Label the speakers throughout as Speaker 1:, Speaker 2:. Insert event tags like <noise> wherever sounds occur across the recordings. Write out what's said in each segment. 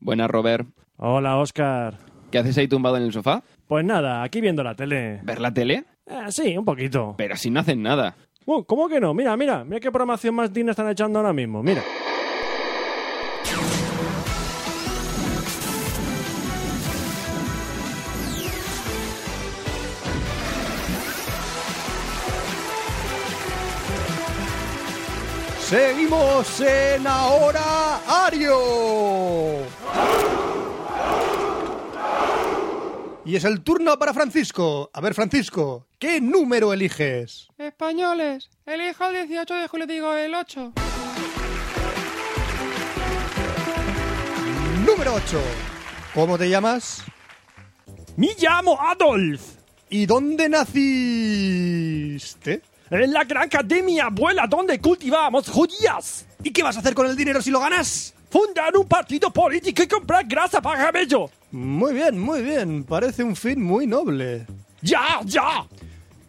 Speaker 1: Buenas, Robert.
Speaker 2: Hola, Oscar.
Speaker 1: ¿Qué haces ahí tumbado en el sofá?
Speaker 2: Pues nada, aquí viendo la tele.
Speaker 1: ¿Ver la tele?
Speaker 2: Eh, sí, un poquito.
Speaker 1: Pero si no hacen nada.
Speaker 2: Uh, ¿Cómo que no? Mira, mira, mira qué programación más digna están echando ahora mismo. Mira.
Speaker 3: Seguimos en Ahora Ario. Y es el turno para Francisco. A ver, Francisco, ¿qué número eliges?
Speaker 4: Españoles, elijo el 18 de julio, digo el 8.
Speaker 3: Número 8. ¿Cómo te llamas?
Speaker 2: Me llamo Adolf.
Speaker 3: ¿Y dónde naciste?
Speaker 2: En la granja de mi abuela donde cultivamos judías.
Speaker 3: ¿Y qué vas a hacer con el dinero si lo ganas?
Speaker 2: Fundar un partido político y comprar grasa para cabello.
Speaker 3: Muy bien, muy bien. Parece un fin muy noble.
Speaker 2: Ya, ya.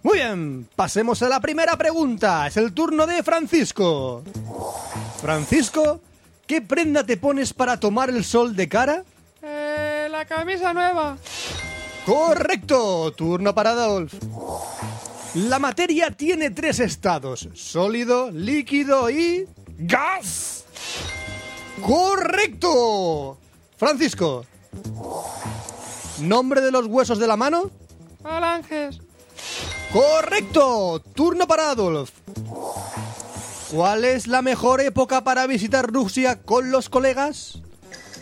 Speaker 3: Muy bien, pasemos a la primera pregunta. Es el turno de Francisco. Francisco, ¿qué prenda te pones para tomar el sol de cara?
Speaker 4: Eh, la camisa nueva.
Speaker 3: Correcto, turno para Adolf. La materia tiene tres estados, sólido, líquido y...
Speaker 2: Gas.
Speaker 3: Correcto. Francisco, ¿nombre de los huesos de la mano?
Speaker 4: Falanges,
Speaker 3: Correcto, turno para Adolf. ¿Cuál es la mejor época para visitar Rusia con los colegas?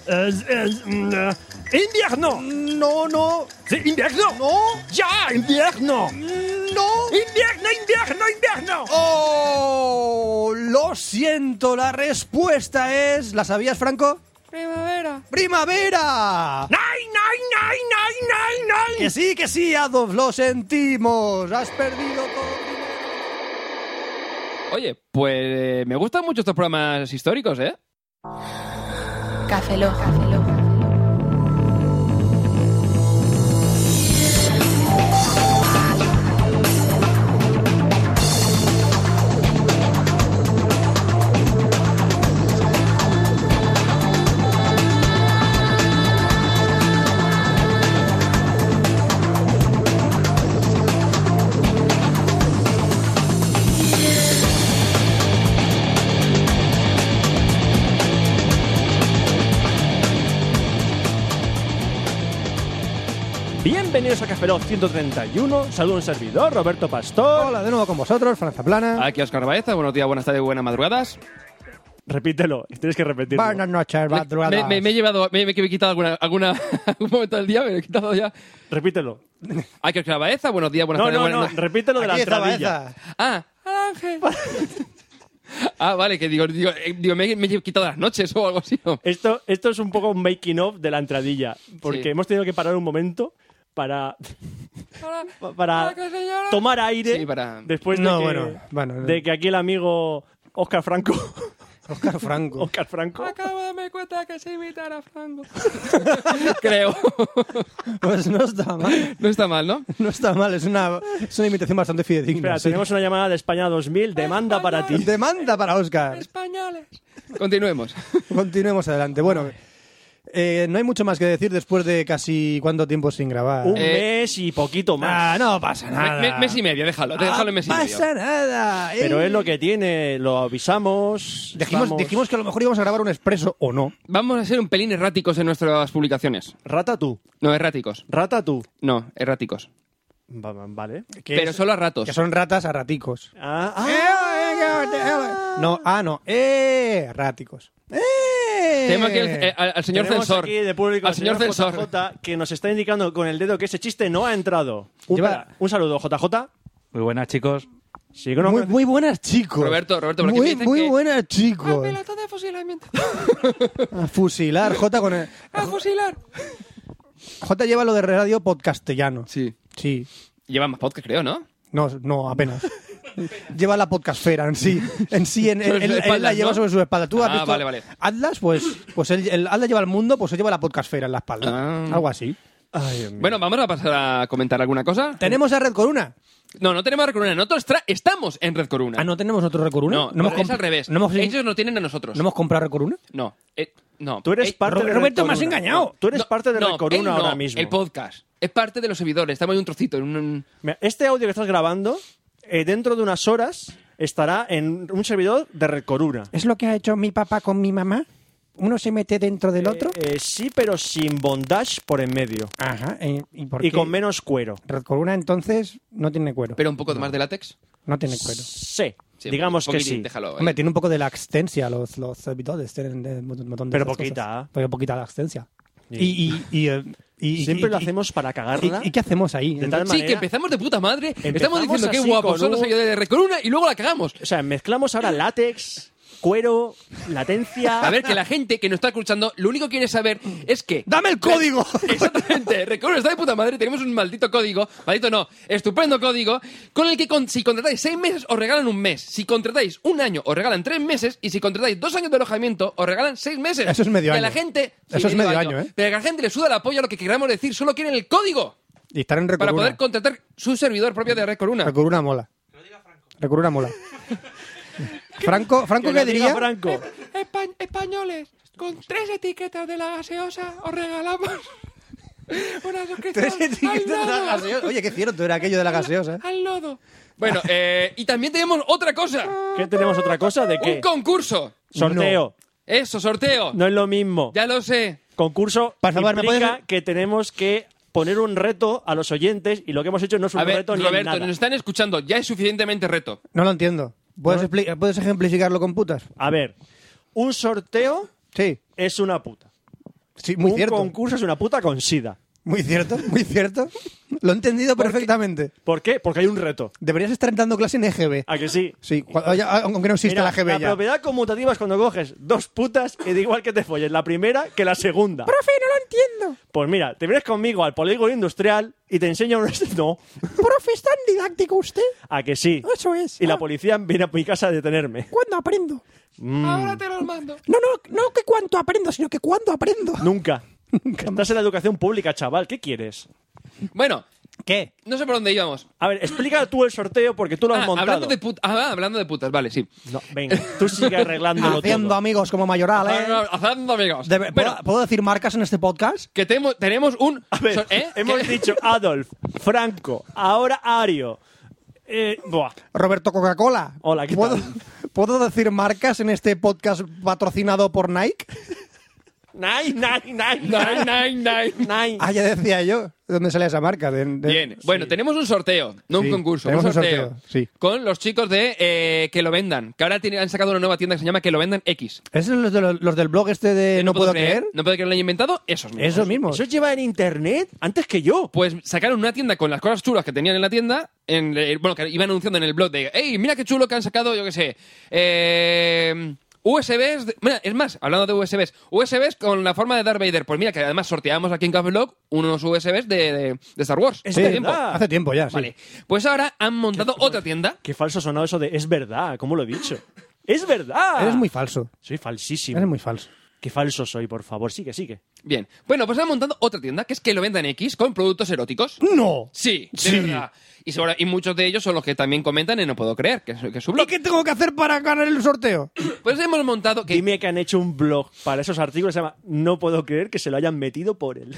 Speaker 2: Es- es, mm, eh, invierno.
Speaker 3: No, no,
Speaker 2: Sí, invierno.
Speaker 3: no,
Speaker 2: Ya, invierno.
Speaker 3: no.
Speaker 2: Invierno, invierno, invierno.
Speaker 3: ¡Oh! Lo siento, la respuesta es... ¿La sabías, Franco?
Speaker 4: primavera.
Speaker 3: ¡Primavera!
Speaker 2: Nine, nine, nine, nine, nine, nine.
Speaker 3: Que sí, que sí, Adolf, lo sentimos. Has perdido todo.
Speaker 1: Oye, pues eh, me gustan mucho estos programas históricos, ¿eh?
Speaker 5: Café Lock. Café Lock.
Speaker 2: Bienvenidos a Café Lock 131. Saludo a un servidor, Roberto Pastor.
Speaker 3: Hola, de nuevo con vosotros, Franza
Speaker 2: Ah,
Speaker 3: Plana.
Speaker 1: Aquí Oscar Baeza, buenos días, buenas tardes, buenas madrugadas.
Speaker 2: Repítelo, tienes que repetirlo.
Speaker 3: Buenas noches,
Speaker 1: Me, me- me he llevado, me, me he quitado alguna, alguna, <laughs> algún momento del día, me lo he quitado ya.
Speaker 2: Repítelo.
Speaker 1: Aquí Oscar Baeza, buenos días, buenas
Speaker 2: No,
Speaker 1: tardes,
Speaker 2: no, no,
Speaker 1: buenas
Speaker 2: repítelo de la
Speaker 3: Aquí está
Speaker 2: entradilla.
Speaker 3: Baeza.
Speaker 1: Ah,
Speaker 4: Falanges,
Speaker 1: ah, vale, que digo, digo, eh, digo, me, me he quitado las noches o algo así. ¿no?
Speaker 2: Esto, esto es un poco un making of de la entradilla, porque
Speaker 1: Sí.
Speaker 2: hemos tenido que parar un momento para,
Speaker 4: para,
Speaker 2: para
Speaker 4: para Ah, que señora-
Speaker 2: tomar aire
Speaker 1: Sí, para-
Speaker 2: después de,
Speaker 3: No,
Speaker 2: que,
Speaker 3: bueno, bueno.
Speaker 2: de que aquí el amigo Oscar Franco, <laughs>
Speaker 3: Oscar Franco.
Speaker 2: Oscar Franco
Speaker 4: Acabo de darme cuenta que se imitar a Franco.
Speaker 1: Creo. <laughs>
Speaker 3: Pues no está mal.
Speaker 1: No está mal, ¿no?
Speaker 3: No está mal, es una, es una imitación bastante fidedigna.
Speaker 2: Espera,
Speaker 3: sí.
Speaker 2: tenemos una llamada de España 2000, demanda para ti.
Speaker 3: Demanda para Oscar.
Speaker 4: Españoles,
Speaker 1: Continuemos.
Speaker 3: Continuemos adelante. Bueno, eh, no hay mucho más que decir después de casi cuánto tiempo sin grabar.
Speaker 2: Un
Speaker 1: Eh,
Speaker 2: mes y poquito más.
Speaker 3: Ah, no pasa nada.
Speaker 1: Me- me- mes y medio, déjalo, déjalo en mes y
Speaker 3: Ah,
Speaker 1: medio.
Speaker 3: pasa nada. eh.
Speaker 2: Pero es lo que tiene, lo avisamos.
Speaker 3: Dijimos,
Speaker 2: estamos-
Speaker 3: dijimos que a lo mejor íbamos a grabar un expreso o no.
Speaker 1: Vamos a ser un pelín erráticos en nuestras publicaciones.
Speaker 2: Rata tú,
Speaker 1: No, erráticos.
Speaker 2: rata tú.
Speaker 1: No, erráticos.
Speaker 2: Va- va- Vale.
Speaker 3: Que
Speaker 1: Pero
Speaker 3: es-
Speaker 1: solo a ratos.
Speaker 3: Que son ratas a raticos. Eh,
Speaker 2: Ah, ah,
Speaker 3: No, ah, no. Eh, raticos. Eh.
Speaker 1: Tenemos aquí al, eh, al- al señor
Speaker 2: Tenemos
Speaker 1: censor.
Speaker 2: aquí de público
Speaker 1: al señor censor.
Speaker 2: JJ que nos está indicando con el dedo que ese chiste no ha entrado. Un,
Speaker 3: Lleva-
Speaker 2: espera, un saludo, JJ.
Speaker 6: Muy buenas, chicos.
Speaker 2: Sí, que no-
Speaker 3: muy, muy buenas, chicos.
Speaker 1: Roberto, Roberto, por aquí me
Speaker 3: Muy,
Speaker 1: dicen
Speaker 3: muy
Speaker 1: que-
Speaker 3: buenas,
Speaker 4: a
Speaker 3: chicos.
Speaker 4: piloto de fusilamiento,
Speaker 3: A fusilar. J, con el-
Speaker 4: a fusilar.
Speaker 3: J lleva lo de radio podcastellano.
Speaker 1: Sí.
Speaker 3: Sí.
Speaker 1: Lleva más podcast, creo, ¿no?
Speaker 3: No, no, apenas. lleva la podcastfera en sí. En sí, en-
Speaker 1: Sobre sus
Speaker 3: él, él- él la
Speaker 1: espaldas,
Speaker 3: lleva
Speaker 1: ¿no?
Speaker 3: sobre su espalda. ¿Tú has
Speaker 1: Ah,
Speaker 3: visto
Speaker 1: vale, vale.
Speaker 3: Atlas, pues, pues él, el Atlas lleva el mundo, pues él lleva la podcastfera en la espalda.
Speaker 1: Ah.
Speaker 3: Algo así.
Speaker 2: Ay, Dios mío.
Speaker 1: Bueno, vamos a pasar a comentar alguna cosa.
Speaker 7: Tenemos a Red Corona.
Speaker 1: No, no tenemos Red Corona. Nosotros tra- estamos en Red Corona.
Speaker 2: Ah, no tenemos otro Recoruna.
Speaker 1: No,
Speaker 2: hemos
Speaker 1: es
Speaker 2: comp-
Speaker 1: al revés.
Speaker 2: No hemos,
Speaker 1: Ellos no tienen a nosotros.
Speaker 2: ¿no hemos comprado Recoruna.
Speaker 1: No. eh, no.
Speaker 2: Tú eres
Speaker 1: Eh,
Speaker 2: parte
Speaker 1: Ro-
Speaker 2: de Red
Speaker 1: Roberto,
Speaker 2: Coruna. No, tú eres parte de Red
Speaker 1: él
Speaker 2: Coruna
Speaker 1: no,
Speaker 2: ahora mismo.
Speaker 1: El podcast. Es parte de los servidores. Estamos en un trocito. En un...
Speaker 2: Mira, Este audio que estás grabando, eh, dentro de unas horas, estará en un servidor de Red Coruna.
Speaker 8: ¿Es lo que ha hecho mi papá con mi mamá? ¿Uno se mete dentro del otro?
Speaker 2: Eh, eh, sí, pero sin bondage por en medio.
Speaker 8: Ajá. eh, ¿Y por
Speaker 2: Y
Speaker 8: qué?
Speaker 2: con menos cuero.
Speaker 8: Red Corona, entonces, no tiene cuero.
Speaker 1: Pero un poco más de látex.
Speaker 8: No tiene cuero.
Speaker 2: Sí,
Speaker 1: Sí,
Speaker 2: digamos
Speaker 1: un
Speaker 2: que
Speaker 1: poquitín,
Speaker 2: sí.
Speaker 1: Déjalo. eh.
Speaker 7: Hombre, tiene un poco de la extensia los, los servidores. Tienen eh, un montón de
Speaker 2: Pero
Speaker 7: esas
Speaker 2: poquita.
Speaker 7: cosas. Pero poquita la extensia.
Speaker 2: Sí.
Speaker 7: Y, y, y, eh, y-
Speaker 2: Siempre
Speaker 7: y-
Speaker 2: lo
Speaker 7: y-
Speaker 2: hacemos para
Speaker 7: y,
Speaker 2: cagarla.
Speaker 7: y qué hacemos ahí?
Speaker 2: De tal
Speaker 1: Sí,
Speaker 2: manera-
Speaker 1: que empezamos de puta madre. Estamos
Speaker 2: Empezamos
Speaker 1: diciendo que
Speaker 2: así
Speaker 1: guapos
Speaker 2: con
Speaker 1: son
Speaker 2: un-
Speaker 1: los servidores de Red Coruna y luego la cagamos.
Speaker 2: O sea, mezclamos ahora látex, cuero, latencia.
Speaker 1: A ver, que la gente que nos está escuchando, lo único que quiere saber es que.
Speaker 7: <laughs> ¡Dame el
Speaker 2: <laughs>
Speaker 7: código!
Speaker 1: Exactamente, Red Corona está de puta madre. Tenemos un maldito código, maldito no, estupendo código, con el que con- si contratáis seis meses os regalan un mes, si contratáis un año os regalan tres meses y si contratáis dos años de alojamiento os regalan seis meses.
Speaker 7: Eso es medio
Speaker 1: Que a
Speaker 7: año.
Speaker 1: la gente,
Speaker 7: Eso es medio año, ¿eh?
Speaker 1: Pero que a la gente le suda la polla lo que queramos decir, solo quieren el código
Speaker 7: Y estar en Red
Speaker 1: para
Speaker 7: Corona.
Speaker 1: poder contratar su servidor propio de Red Coruna.
Speaker 7: Red Corona mola. Red Corona
Speaker 1: <laughs>
Speaker 7: mola. Franco, Franco
Speaker 2: lo
Speaker 7: ¿qué
Speaker 2: diga
Speaker 7: diría?
Speaker 2: Franco.
Speaker 4: Espa- españoles, con tres etiquetas de la gaseosa os regalamos <laughs> una suscripción
Speaker 7: Tres etiquetas
Speaker 4: al,
Speaker 7: de la
Speaker 2: <laughs>
Speaker 4: nodo,
Speaker 7: gaseosa. Oye, qué cierto era aquello de la
Speaker 3: ¿eh?
Speaker 2: ¿eh?
Speaker 7: gaseosa.
Speaker 4: al nodo.
Speaker 1: Bueno, eh, y también tenemos otra cosa,
Speaker 2: ¿Qué tenemos otra cosa? ¿De
Speaker 1: un
Speaker 2: qué?
Speaker 1: concurso.
Speaker 2: Sorteo.
Speaker 1: Eso, sorteo.
Speaker 2: No. es lo mismo.
Speaker 1: Ya lo sé.
Speaker 2: Concurso
Speaker 7: Por favor, ¿me
Speaker 2: implica
Speaker 7: puedes-
Speaker 2: que tenemos que poner un reto a los oyentes y lo que hemos hecho no es un
Speaker 1: A ver,
Speaker 2: reto ni
Speaker 1: Roberto,
Speaker 2: nada.
Speaker 1: nos están escuchando, ya es suficientemente reto.
Speaker 7: No lo entiendo. ¿Puedes, expli- ¿puedes ejemplificarlo con putas?
Speaker 2: A ver, un sorteo
Speaker 7: Sí.
Speaker 2: es una puta.
Speaker 7: Sí, muy
Speaker 2: un
Speaker 7: cierto.
Speaker 2: concurso es una puta con sida.
Speaker 7: Muy cierto, muy cierto. <laughs> Lo he entendido perfectamente.
Speaker 2: ¿Por qué? Porque hay un reto.
Speaker 7: Deberías estar dando clase en E EGB.
Speaker 2: ¿A que sí?
Speaker 7: Sí, cuando haya- aunque no exista
Speaker 2: Mira,
Speaker 7: la EGB ya.
Speaker 2: propiedad conmutativa es cuando coges dos putas y da igual que te folles la primera que la segunda.
Speaker 8: ¡Profe, no lo entiendo!
Speaker 2: Pues mira, te vienes conmigo al polígono industrial y te enseño un... No,
Speaker 8: ¡Profe, es tan didáctico usted!
Speaker 2: a que sí.
Speaker 8: Eso es.
Speaker 2: Y la
Speaker 8: Ah,
Speaker 2: policía viene a mi casa a detenerme.
Speaker 8: ¿Cuándo aprendo?
Speaker 4: Ahora te los mando.
Speaker 8: No, no, no que cuánto aprendo, sino que cuándo aprendo. <laughs>
Speaker 2: Nunca. Estás en la educación pública, chaval. ¿Qué quieres?
Speaker 1: Bueno,
Speaker 7: ¿Qué?
Speaker 1: no sé por dónde íbamos.
Speaker 2: A ver, explica tú el sorteo porque tú lo has
Speaker 1: Ah,
Speaker 2: montado.
Speaker 1: hablando de putas, hablando de putas, vale, sí.
Speaker 2: No, venga, tú sigue arreglándolo
Speaker 7: Haciendo
Speaker 2: todo.
Speaker 7: amigos como mayoral,
Speaker 1: Ah, no,
Speaker 7: ¿eh?
Speaker 1: Hablando amigos.
Speaker 7: De- ¿puedo,
Speaker 1: Bueno,
Speaker 7: puedo decir marcas en este podcast?
Speaker 1: que temo- tenemos un
Speaker 2: A ver,
Speaker 1: so- ¿eh?
Speaker 2: hemos
Speaker 1: ¿Qué?
Speaker 2: dicho Adolf, Franco, ahora Ario. Eh, buah.
Speaker 7: Roberto Coca-Cola.
Speaker 2: Hola, ¿qué
Speaker 7: ¿Puedo,
Speaker 2: tal?
Speaker 7: <laughs> ¿Puedo decir marcas en este podcast patrocinado por Nike?
Speaker 2: Nine, nine, nine,
Speaker 1: <laughs> Nine,
Speaker 2: nine,
Speaker 1: nine, nine.
Speaker 2: nine.
Speaker 7: Ah, ya decía yo. ¿De dónde sale esa marca? De- de-
Speaker 1: Bien, bueno, tenemos un sorteo, no
Speaker 7: Sí,
Speaker 1: un concurso,
Speaker 7: tenemos
Speaker 1: un
Speaker 7: un
Speaker 1: sorteo.
Speaker 7: sorteo, sí.
Speaker 1: Con los chicos de eh, Que lo vendan, que ahora tienen- han sacado una nueva tienda que se llama Que lo vendan X.
Speaker 7: ¿Es los, de los, los del blog este de No, puedo creer?
Speaker 1: No puedo creer que lo hayan inventado, esos mismos.
Speaker 7: Eso mismo.
Speaker 2: Eso lleva en internet antes que yo.
Speaker 1: Pues sacaron una tienda con las cosas chulas que tenían en la tienda, en, el- bueno, que iban anunciando en el blog de, hey, mira qué chulo que han sacado, yo qué sé, eh, USBs, de- mira, es más, hablando de USBs, USBs con la forma de Darth Vader, pues mira que además sorteamos aquí en Café Blog unos USBs de, de- de Star Wars.
Speaker 2: Es
Speaker 1: Hace
Speaker 2: verdad.
Speaker 1: tiempo.
Speaker 7: Hace tiempo ya, sí.
Speaker 1: Vale, pues ahora han montado otra tienda.
Speaker 2: Qué falso ha sonado eso de es verdad, ¿cómo lo he dicho? ¡Es verdad!
Speaker 7: Eres muy falso.
Speaker 2: Soy falsísimo.
Speaker 7: Eres muy falso.
Speaker 2: Qué falso soy, por favor. Sigue, sigue.
Speaker 1: Bien, bueno, pues han montado otra tienda que es que lo vendan X con productos eróticos.
Speaker 7: ¡No!
Speaker 1: Sí, de
Speaker 7: Sí.
Speaker 1: verdad. Y, sobre- y muchos de ellos son los que también comentan en No Puedo Creer, que es, que es su
Speaker 7: ¿Y
Speaker 1: blog.
Speaker 7: qué tengo que hacer para ganar el sorteo?
Speaker 1: Pues hemos montado que
Speaker 2: Dime que han hecho un blog para esos artículos. Se llama No puedo creer que se lo hayan metido por él.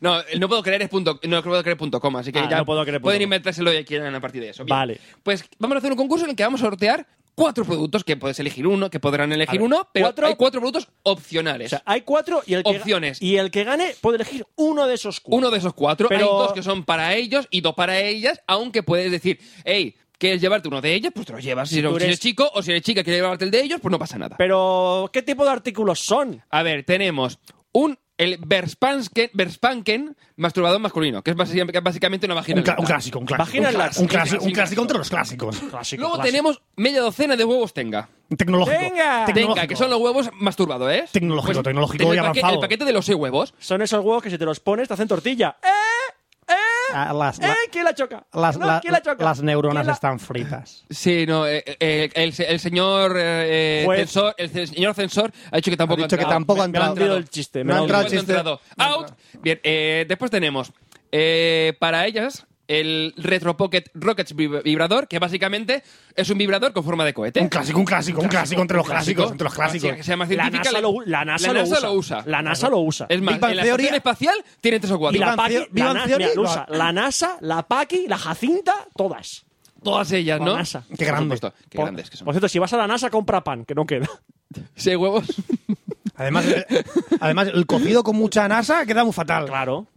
Speaker 1: No, el no puedo creer es punto, no puedo creer punto com, así que
Speaker 2: Ah,
Speaker 1: ya
Speaker 2: no puedo creer punto
Speaker 1: pueden
Speaker 2: com.
Speaker 1: inventárselo y quieran a partir de eso. Bien.
Speaker 2: Vale.
Speaker 1: Pues vamos a hacer un concurso en el que vamos a sortear cuatro productos que puedes elegir uno, que podrán
Speaker 2: A
Speaker 1: elegir
Speaker 2: ver,
Speaker 1: uno, pero
Speaker 2: cuatro-
Speaker 1: hay cuatro productos
Speaker 2: O
Speaker 1: opcionales.
Speaker 2: sea, hay cuatro y el que,
Speaker 1: Opciones.
Speaker 2: Y el que gane puede elegir uno de esos cuatro.
Speaker 1: uno de esos cuatro,
Speaker 2: Pero-
Speaker 1: hay dos que son para ellos y dos para ellas, aunque puedes decir, hey, ¿quieres llevarte uno de ellos? Pues te lo llevas. Si, no-
Speaker 2: Tú
Speaker 1: si
Speaker 2: eres-
Speaker 1: eres chico o si eres chica quieres llevarte el de ellos, pues no pasa nada.
Speaker 2: Pero, ¿qué tipo de artículos son?
Speaker 1: A ver, tenemos un... El Verspanken, Verspanken masturbador masculino, que es basi- básicamente una vagina.
Speaker 3: Un, cla-
Speaker 1: lenta.
Speaker 3: un clásico, un clásico.
Speaker 2: Vagina
Speaker 3: un,
Speaker 2: lax.
Speaker 3: clásico, un clásico,
Speaker 1: Clásico.
Speaker 3: un clásico entre los clásicos.
Speaker 2: Clásico,
Speaker 1: Luego
Speaker 2: clásico.
Speaker 1: tenemos media docena de huevos tenga.
Speaker 3: Tecnológico.
Speaker 2: Venga.
Speaker 3: tecnológico.
Speaker 1: Tenga, que son los huevos masturbados, ¿eh?
Speaker 3: Tecnológico, tecnológico
Speaker 1: tengo
Speaker 3: y
Speaker 1: el paque-
Speaker 3: avanzado.
Speaker 1: El paquete de los seis huevos.
Speaker 2: Son esos huevos que si te los pones te hacen tortilla. ¡Eh! ¡Eh!
Speaker 8: Ah, las,
Speaker 2: ¡Eh!
Speaker 8: la-
Speaker 2: ¿Quién la choca?
Speaker 8: las-
Speaker 2: No,
Speaker 8: la-
Speaker 2: ¿Quién la choca?
Speaker 8: las neuronas
Speaker 2: ¿Quién la-
Speaker 8: están fritas.
Speaker 1: Sí, no, eh, eh, el, el- el señor eh, eh,
Speaker 2: Juez.
Speaker 1: censor, el ce- señor censor ha dicho que tampoco
Speaker 7: Ha dicho que
Speaker 1: entrado.
Speaker 7: tampoco
Speaker 2: me-
Speaker 7: ha
Speaker 2: me lo han
Speaker 7: entrado.
Speaker 2: tirado el chiste, me
Speaker 7: No ha
Speaker 2: lo han
Speaker 7: entrado el
Speaker 1: Igual no
Speaker 7: chiste.
Speaker 1: ha entrado. Out. Bien, eh, después tenemos eh, para ellas el Retro Pocket Rockets vib- vibrador, que básicamente es un vibrador con forma de cohete.
Speaker 3: Un clásico, un clásico, un clásico entre los clásicos, entre los clásicos.
Speaker 1: Así que sea más
Speaker 2: La
Speaker 1: científica,
Speaker 2: NASA,
Speaker 1: la-
Speaker 2: lo, u- la NASA
Speaker 1: la
Speaker 2: lo usa. La NASA lo usa.
Speaker 1: Es más,
Speaker 7: Big Bang
Speaker 1: en la
Speaker 7: Theory-
Speaker 1: estación espacial tiene tres o
Speaker 2: y
Speaker 1: cuatro.
Speaker 2: la
Speaker 7: Vivan
Speaker 2: Paqui,
Speaker 7: Theo-
Speaker 2: la,
Speaker 7: Vivan
Speaker 2: Na-
Speaker 7: Theory,
Speaker 2: mira, lo
Speaker 7: lo
Speaker 2: usa.
Speaker 7: ha-
Speaker 2: la NASA, la Paqui, la Jacinta, todas.
Speaker 1: Todas ellas,
Speaker 2: La
Speaker 1: ¿no?
Speaker 2: NASA.
Speaker 3: Qué grande.
Speaker 1: Por supuesto, Qué
Speaker 2: Por-
Speaker 1: grandes que son.
Speaker 2: Por cierto, si vas a la NASA, compra pan, que no queda.
Speaker 1: Sí, huevos.
Speaker 3: Además, eh, además, el cocido con mucha NASA queda muy fatal.
Speaker 2: Claro.